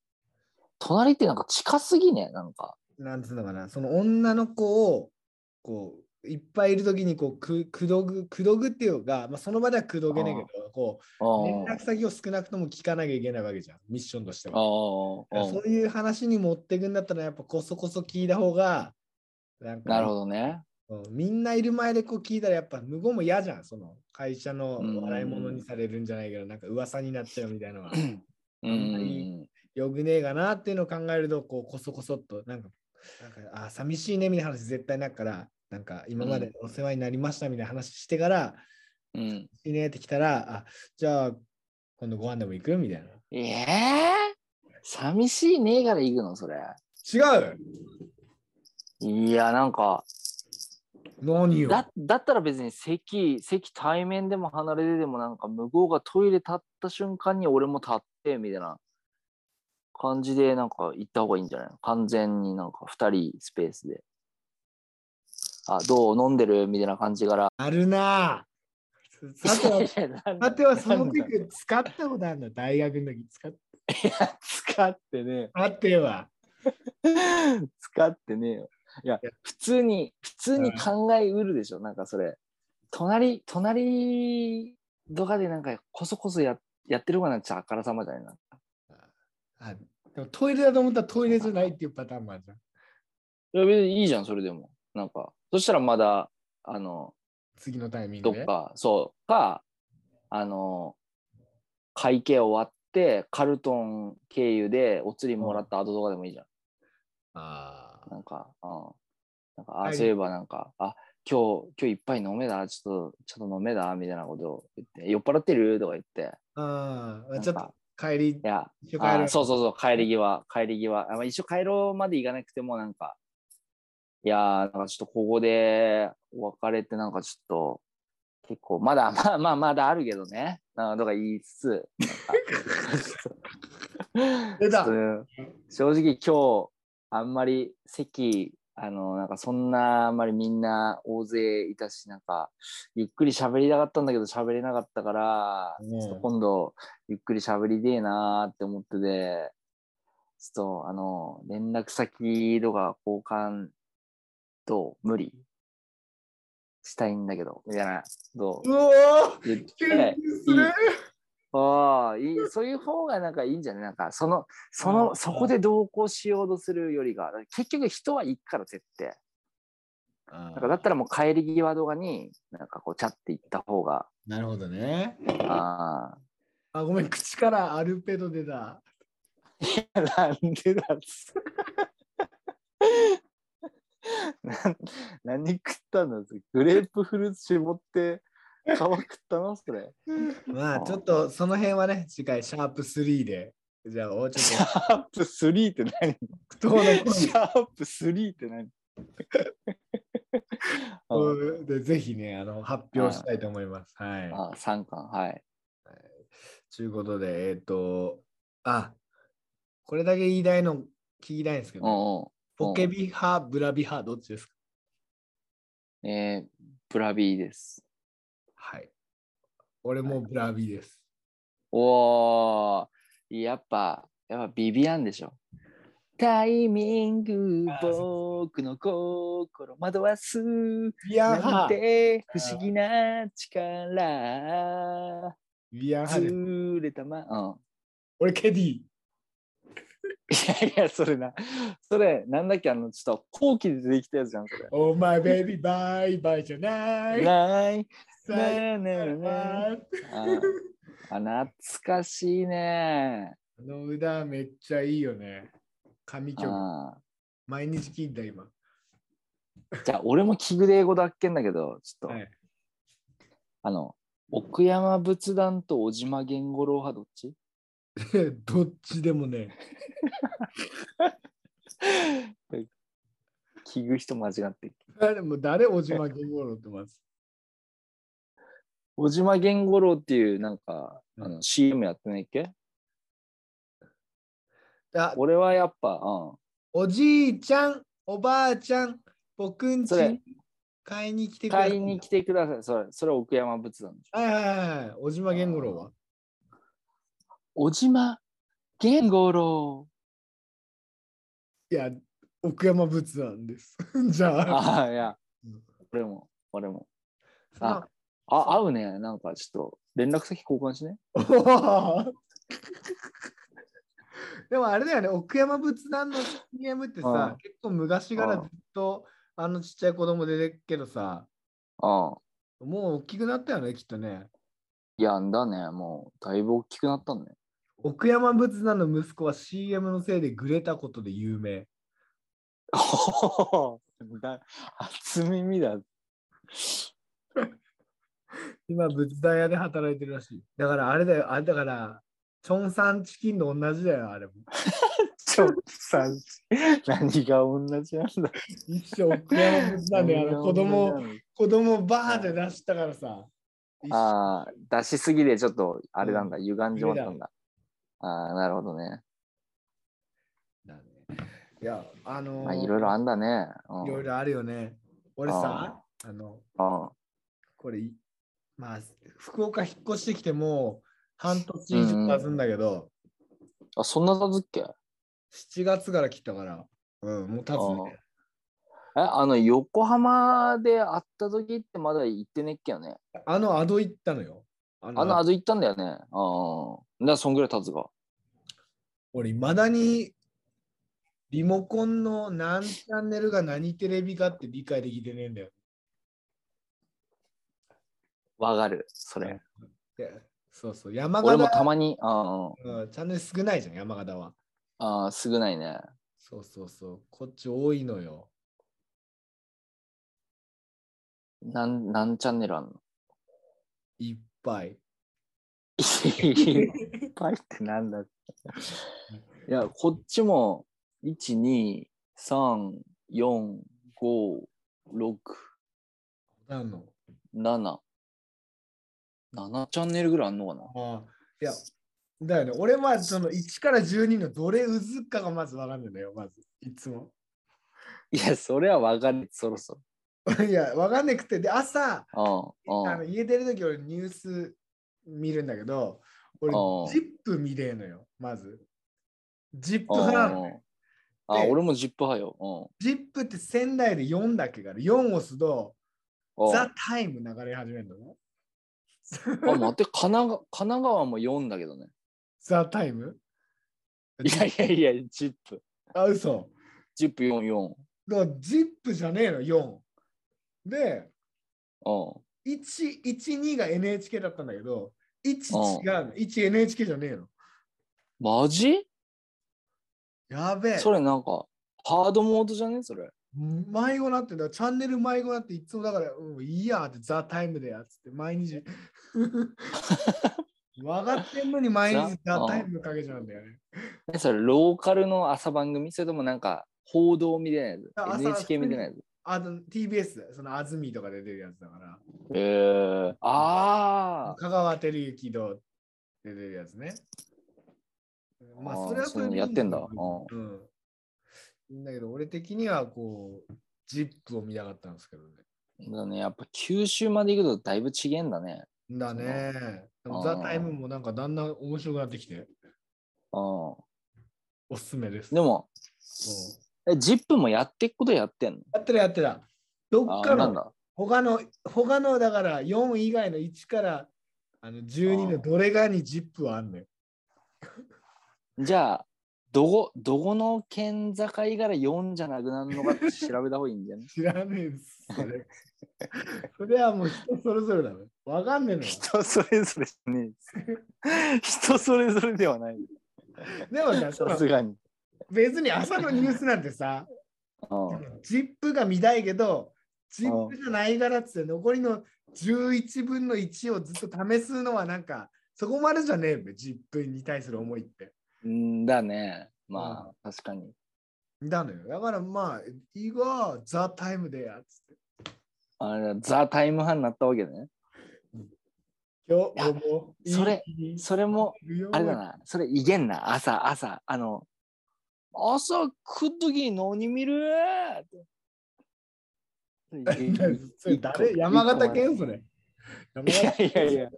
隣ってなんか近すぎね、なんか。なんつうのかな、その女の子を、こう、いっぱいいるときにこうく、くどぐ、くどぐっていうか、まあ、その場ではくどげないけど、こう、連あ絡先を少なくとも聞かなきゃいけないわけじゃん、ミッションとしてあ。あは。だあからそういう話に持っていくんだったら、やっぱこそこそ聞いた方が、なんかなるほどね。うんみんないる前でこう聞いたら、やっぱ向こうも嫌じゃん、その会社のうん笑い物にされるんじゃないけど、なんか噂になっちゃうみたいなのは、うん。よくねえかなっていうのを考えると、こうこそこそっと、なんかなんかあ寂しいねみたいな話絶対なるからなんか今までお世話になりましたみたいな話してから、うん。いいねって来たらあじゃあ今度ご飯でも行くみたいなええ寂しいねえから行くの、それ。違ういや、なんか、何よだだったら別に席、席対面でも離れてでも、なんか向こうがトイレ立った瞬間に俺も立って、みたいな感じで、なんか行った方がいいんじゃないの完全になんか2人スペースで。あ、どう飲んでるみたいな感じから。あるなぁさてはさてはそのテ [LAUGHS] 時ク使ったことあるの大学の時使っ使ってねあっては [LAUGHS] 使ってねえよいや普通に普通に考えうるでしょ、なんかそれ隣隣とかでなんかこそこそややってるかなんちゃあからさまじゃないなあでもトイレだと思ったらトイレじゃないっていうパターンもあるじゃんいや別にいいじゃんそれでもなんかそしたらまだあの次のタイミンどグっでかそうかあの会計終わってカルトン経由でお釣りもらった後とかでもいいじゃんあーなんか、うん。なんか、あ、はいそういえばなんか、あ、今日、今日いっぱい飲めだ、ちょっと、ちょっと飲めだ、みたいなことを言って、酔っ払ってるとか言って、あーなんちょっかと帰りいや、一緒帰あろうそうそうそう、帰り際、帰り際。あまあ、一緒帰ろうまで行かなくても、なんか、いやー、なんかちょっとここでお別れってなんかちょっと、結構、まだ、まあまあ、まだあるけどね、なんかとか言いつつ、な [LAUGHS] んか出た [LAUGHS] ちょっとね正直今日、あんまり席、あの、なんかそんな、あんまりみんな大勢いたし、なんか、ゆっくり喋りたかったんだけど、喋れなかったから、うんちょっと今度、ゆっくり喋りでえなーって思ってて、ちょっと、あの、連絡先とか交換と無理したいんだけど、みたいな、どううおー言っキュンて、キュンするああ、いい、そういう方がなんかいいんじゃないなんか、その、その、うんそこで同行しようとするよりが、結局人は行くから、絶対。ななんかだったらもう帰り際とかに、なんかこう、チャって行った方が、なるほどね。ああ、あ、ごめん、口からアルペド出た。なんでだっつ [LAUGHS] なん何食ったんだっつグレープフルーツ絞って皮食ったのそれ。まああ、ちょっとその辺はね、次回、シャープ3で。じゃあ、おちシ [LAUGHS] ょっャープ3って何と苦シ [LAUGHS] ャープ3って何闘あの声で、ぜひね、あの発表したいと思います。はい。あ3巻はい。ということで、えっ、と、あ、これだけ言いたいの、聞きたいんですけうど、んポケビ派、ブラビ派、どっちですかうん、えー、ブラビーです。はい。俺もブラビです。おーやっぱ、やっぱビビアンでしょ。タイミングあ、ー僕の心惑わす。ビアンなん派、て不思議な力。ビアン派です。ずれたま。うん。 [LAUGHS] 俺、ケディ。いやいや、それな。それ、なんだっけ、あの、ちょっと後期でできたやつじゃん、それ。お前、ベビー、バイバイじゃない。ない。さなよいなないないらあーあ、懐かしいね。あの歌めっちゃいいよね。神曲。あ毎日聴いた今。ーじゃあ、俺もキグレー語だっけんだけど、ちょっと、はい [LAUGHS] あの、奥山仏壇と小島源五郎派どっちどっちでもね。キグ人間違ってる。あでも誰小島源五郎ってます。小島源五郎っていう、なんか、うんあの CM やってないっけあ、俺はやっぱ、うん。おじいちゃん、おばあちゃん、僕んちそれ買いに来てください。買いに来てください。それ、それ奥山仏壇でしょ。はいはいはい。小島源五郎は小島源五郎。いや、奥山仏なんです。 [LAUGHS] じゃあ。ああ、いやうん、俺も、俺も。ああ、合うね。なんかちょっと、連絡先交換しね。おー [LAUGHS] でもあれだよね、奥山仏壇の CM ってうさん、結構昔からうんずっとあのちっちゃい子供出てるけどさ、ああ、もう大きくなったよね、きっとね。やんだね。もう、だいぶ大きくなったんね。奥山仏壇の息子は CM のせいでグレたことで有名。おーだ [LAUGHS] 初耳だ。今、仏壇屋で働いてるらしい。だから、あれだよ、あれだから、チョンサンチキンと同じだよ、あれも。ちょっとさ、何が同じなんだ。一生食らう仏壇で、あの子供、子供バーで出したからさ。一生ああ、出しすぎでちょっとあれなんだ、歪んじまったんだ。ああ、なるほどね。だね。いや、あのーまあ、いろいろあんだね。うん、いろいろあるよね。俺さ、あの、うんこれ、まあ、福岡引っ越してきてもう半年以上経つんだけど、あ、そんなだずっけえ、 7月から来たから、うん、もう経つね。あの、横浜で会った時ってまだ行ってねっけよね。あのアド行ったのよ。ああの、あず行ったんだよね。うん。だからそんぐらい経つが。俺、いまだにリモコンの何チャンネルが何テレビかって理解できてねえんだよ。わかる、それ。でそうそう、山俺形もたまに、うんうんうん、チャンネル少ないじゃん、山形は。ああ、すぐないね。そうそうそう、こっち多いのよ。なん、なんチャンネル [LAUGHS] あんのいっぱい。いっぱいってなんだいや、こっちも、1、2、3、4、5、6、なの。 7。7チャンネルぐらいあんのかなああ、いや、だよね。俺はその1から12のどれうずっかがまずわかんないんだよ、まず。いつも。 [LAUGHS] いや、それはわかる、そろそいや、わかんなくて、で、朝、ろ。うん、あうんの。家出るとき俺ニュース見るんだけど、俺、あジあップ見れえのよ、まず。ジップ派なのね。あ、俺もジップ派よ。ジップって仙台で4だっけから、4押すと、うん。ザあ、・タイム流れ始めるのね。あ待って、神奈川神奈川も4だけどね。ザ・タイム [LAUGHS] いやいやいや、ジップ。あ、嘘。ジップ44。だからジップじゃねえの、4。で、うん。 112が NHK だったんだけど、1違うの。1NHK じゃねえの。マジやべえ。それなんか、ハードモードじゃねそれ。迷子なってんだ。チャンネル迷子なっていつもだから、うん、いいやって、ザ・タイムでやっつって、毎 [LAUGHS] 日。分かってんのに毎日ザザ・タイムかけちゃうんだよね。えそれ、ローカルの朝番組それともなんか、報道みたいなやつあ朝 ?NHK みたいなやつあと TBS、その安住とかで出てるやつだから。えー、あ香川照之と出てるやつね。ーまあ、あーそれはそれでいいやってんだ。だけどううん。いいんだけど、俺的にはこう、ジップを見たかったんですけどね。んだね、やっぱ九州まで行くとだいぶ違えんだね。だね。でもあーザ・タイムもなんかだんだん面白くなってきて、うん。おすすめです。でも、うんえ、ジップもやってっことやってんのやってたやってた。どっあかー、なんの、だ。他の、他のだから4以外の1からあの12のあーどれがにジップはあんねん。じゃあ、どこ、どこの県境から4じゃなくなるのかって調べた方がいいんじゃない知らねえです。それ [LAUGHS] それはもう人それぞれだね。わかんねえのよ。 [LAUGHS] 人それぞれじゃねえです [LAUGHS] 人それぞれではない。でもさ、そ [LAUGHS] さのすがに。別に朝のニュースなんてさ、うん。ジップが見たいけど、ジップじゃないからっつって残りの11分の1をずっと試すのはなんか、そこまでじゃねえべ、ジップに対する思いって。うんだね。まあ、確かに。だのよ。だからまあ、いいわ、ザ・タイムでやっつって。あれだザ・タイム派になったわけだね。今い日やもういいそれ、いいそれも、いるよあれだな。それ、いげんな。朝、朝、あの、朝食っとき何見るって [LAUGHS] いそれ誰山形県それ。山形やいやいや、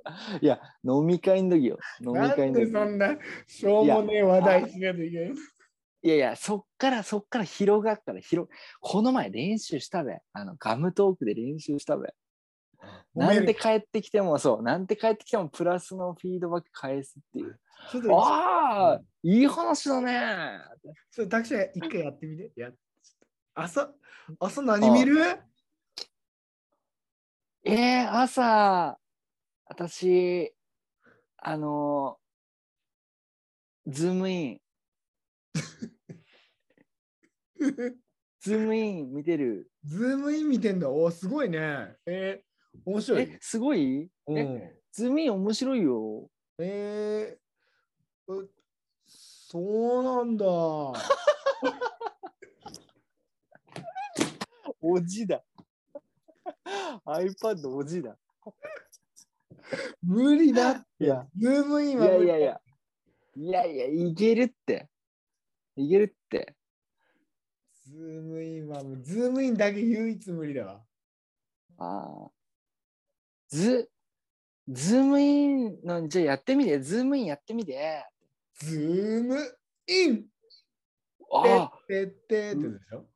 いや、飲み会の時よ。飲みな会んので時そんなしょうもねえ話題しないといけない。いやいや、そっから、そっから広がっから、広、この前練習したべ。あの、ガムトークで練習したべ。なんて帰ってきても、そう、なんて帰ってきても、プラスのフィードバック返すっていう。ちょっとああ、いい話だね。ちょっとタクシー一回やってみて。や朝、朝何見る [LAUGHS] えー、朝、私、あのズームイン。ズームイン見てる。ズームイン見てんだ。おーすごいね。えー、面白えい。、すごいうん、ズームイン面白いよ。えー、うそうなんだ。おじだ。iPad おじだ。無理 [LAUGHS] だ。いや、ズームイいンはや無い理やいや。いやいや、いけるって。いけるって。ズームインはもう、ズームインだけ唯一無理だわ。ああ。ズ、ズームインの、じゃあやってみて、ズームインやってみて。ズームインああ、てってってってでしょ、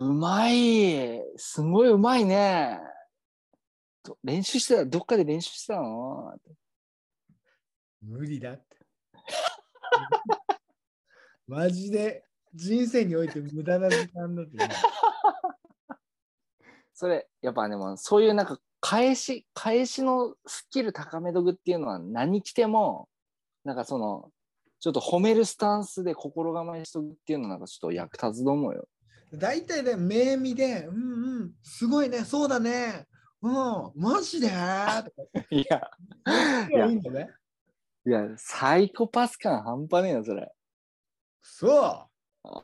うまい。すごいうまいね。ど練習してた、どっかで練習してたの無理だって。 [LAUGHS] マジで人生において無駄な時間だって。それ、やっぱでも、そういうなんか、返し、返しのスキル高めとくっていうのは何着ても、なんかその、ちょっと褒めるスタンスで心構えしとくっていうのはなんかちょっと役立つと思うよ。大体ね、目見で、うんうん、すごいね、そうだね、うん、マジでとか [LAUGHS] いや、言いえばやいい、んだね。いやサイコパス感半端ねえよ、それ。そうあ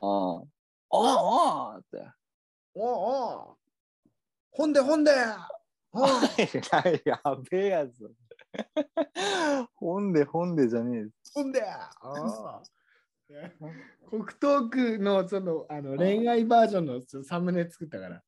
あ。ああって。おうおうほんでほんでおうやべえやつ。 [LAUGHS] 本で本でじゃねえよ。ほんでおうね黒 [LAUGHS] トークのそのあの恋愛バージョンのちょサムネ作ったから、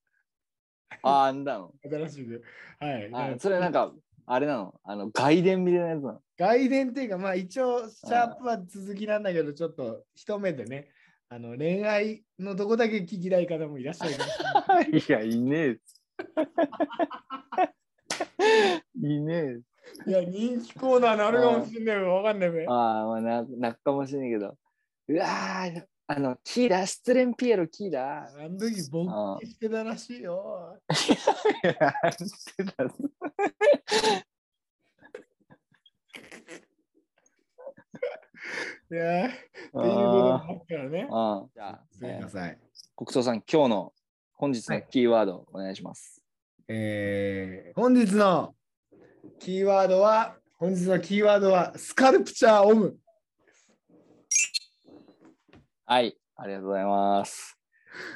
ああ、あんだの。新しく。はい。あなんかそれなんか、あれなの。あの、外伝みたいなやつなの。外伝っていうか、まあ一応、シャープは続きなんだけど、ちょっと一目でね、あの恋愛のどこだけ聞きたい方もいらっしゃるかもしれないいや、いねえ。いねえ。い [LAUGHS] や、人気コーナーなるかもしんないわかんないべ。ああ、まあ、な、なっかもしれないけど。うわーあの、キーラ、失恋ピエロキー [LAUGHS] ラ。あの時、勃起してたらしいよ。いやしてたぞいやー、っていうことあだからねー。あー。じゃあ、すみません。国葬さん、今日の本日のキーワード、お願いします。えー、本日のキーワードは、本日のキーワードは、スカルプチャーオム。はい、ありがとうございます。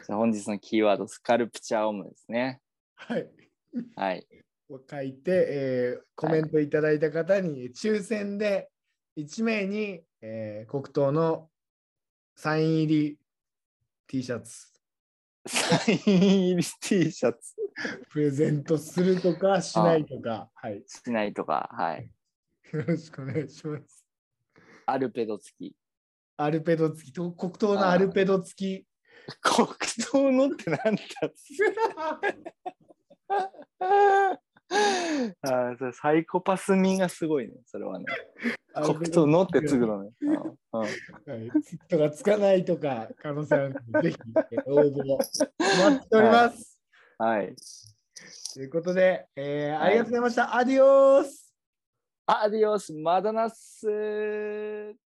じゃあ本日のキーワード、スカルプチャーオムですね。はい。はい。を書いて、えーコメントいただいた方に抽選で1名に、えー黒糖のサイン入り T シャツサイン入り T シャツプレゼントするとかしないとか、はい、しないとか、はい。よろしくお願いします。アルペド付き。アルペド付き、と黒糖のあーアルペド [LAUGHS] 付き。黒糖のってなんだ [LAUGHS] あーそれサイコパス味がすごいね、それはね。アル黒ペ糖ドのってつぐのね。 [LAUGHS] うんうんはいつくとかつかないとか可能性あるので、ぜひえー応募を待っております。はい。ということで、えーはいありがとうございました。アディオースアディオス、マダナス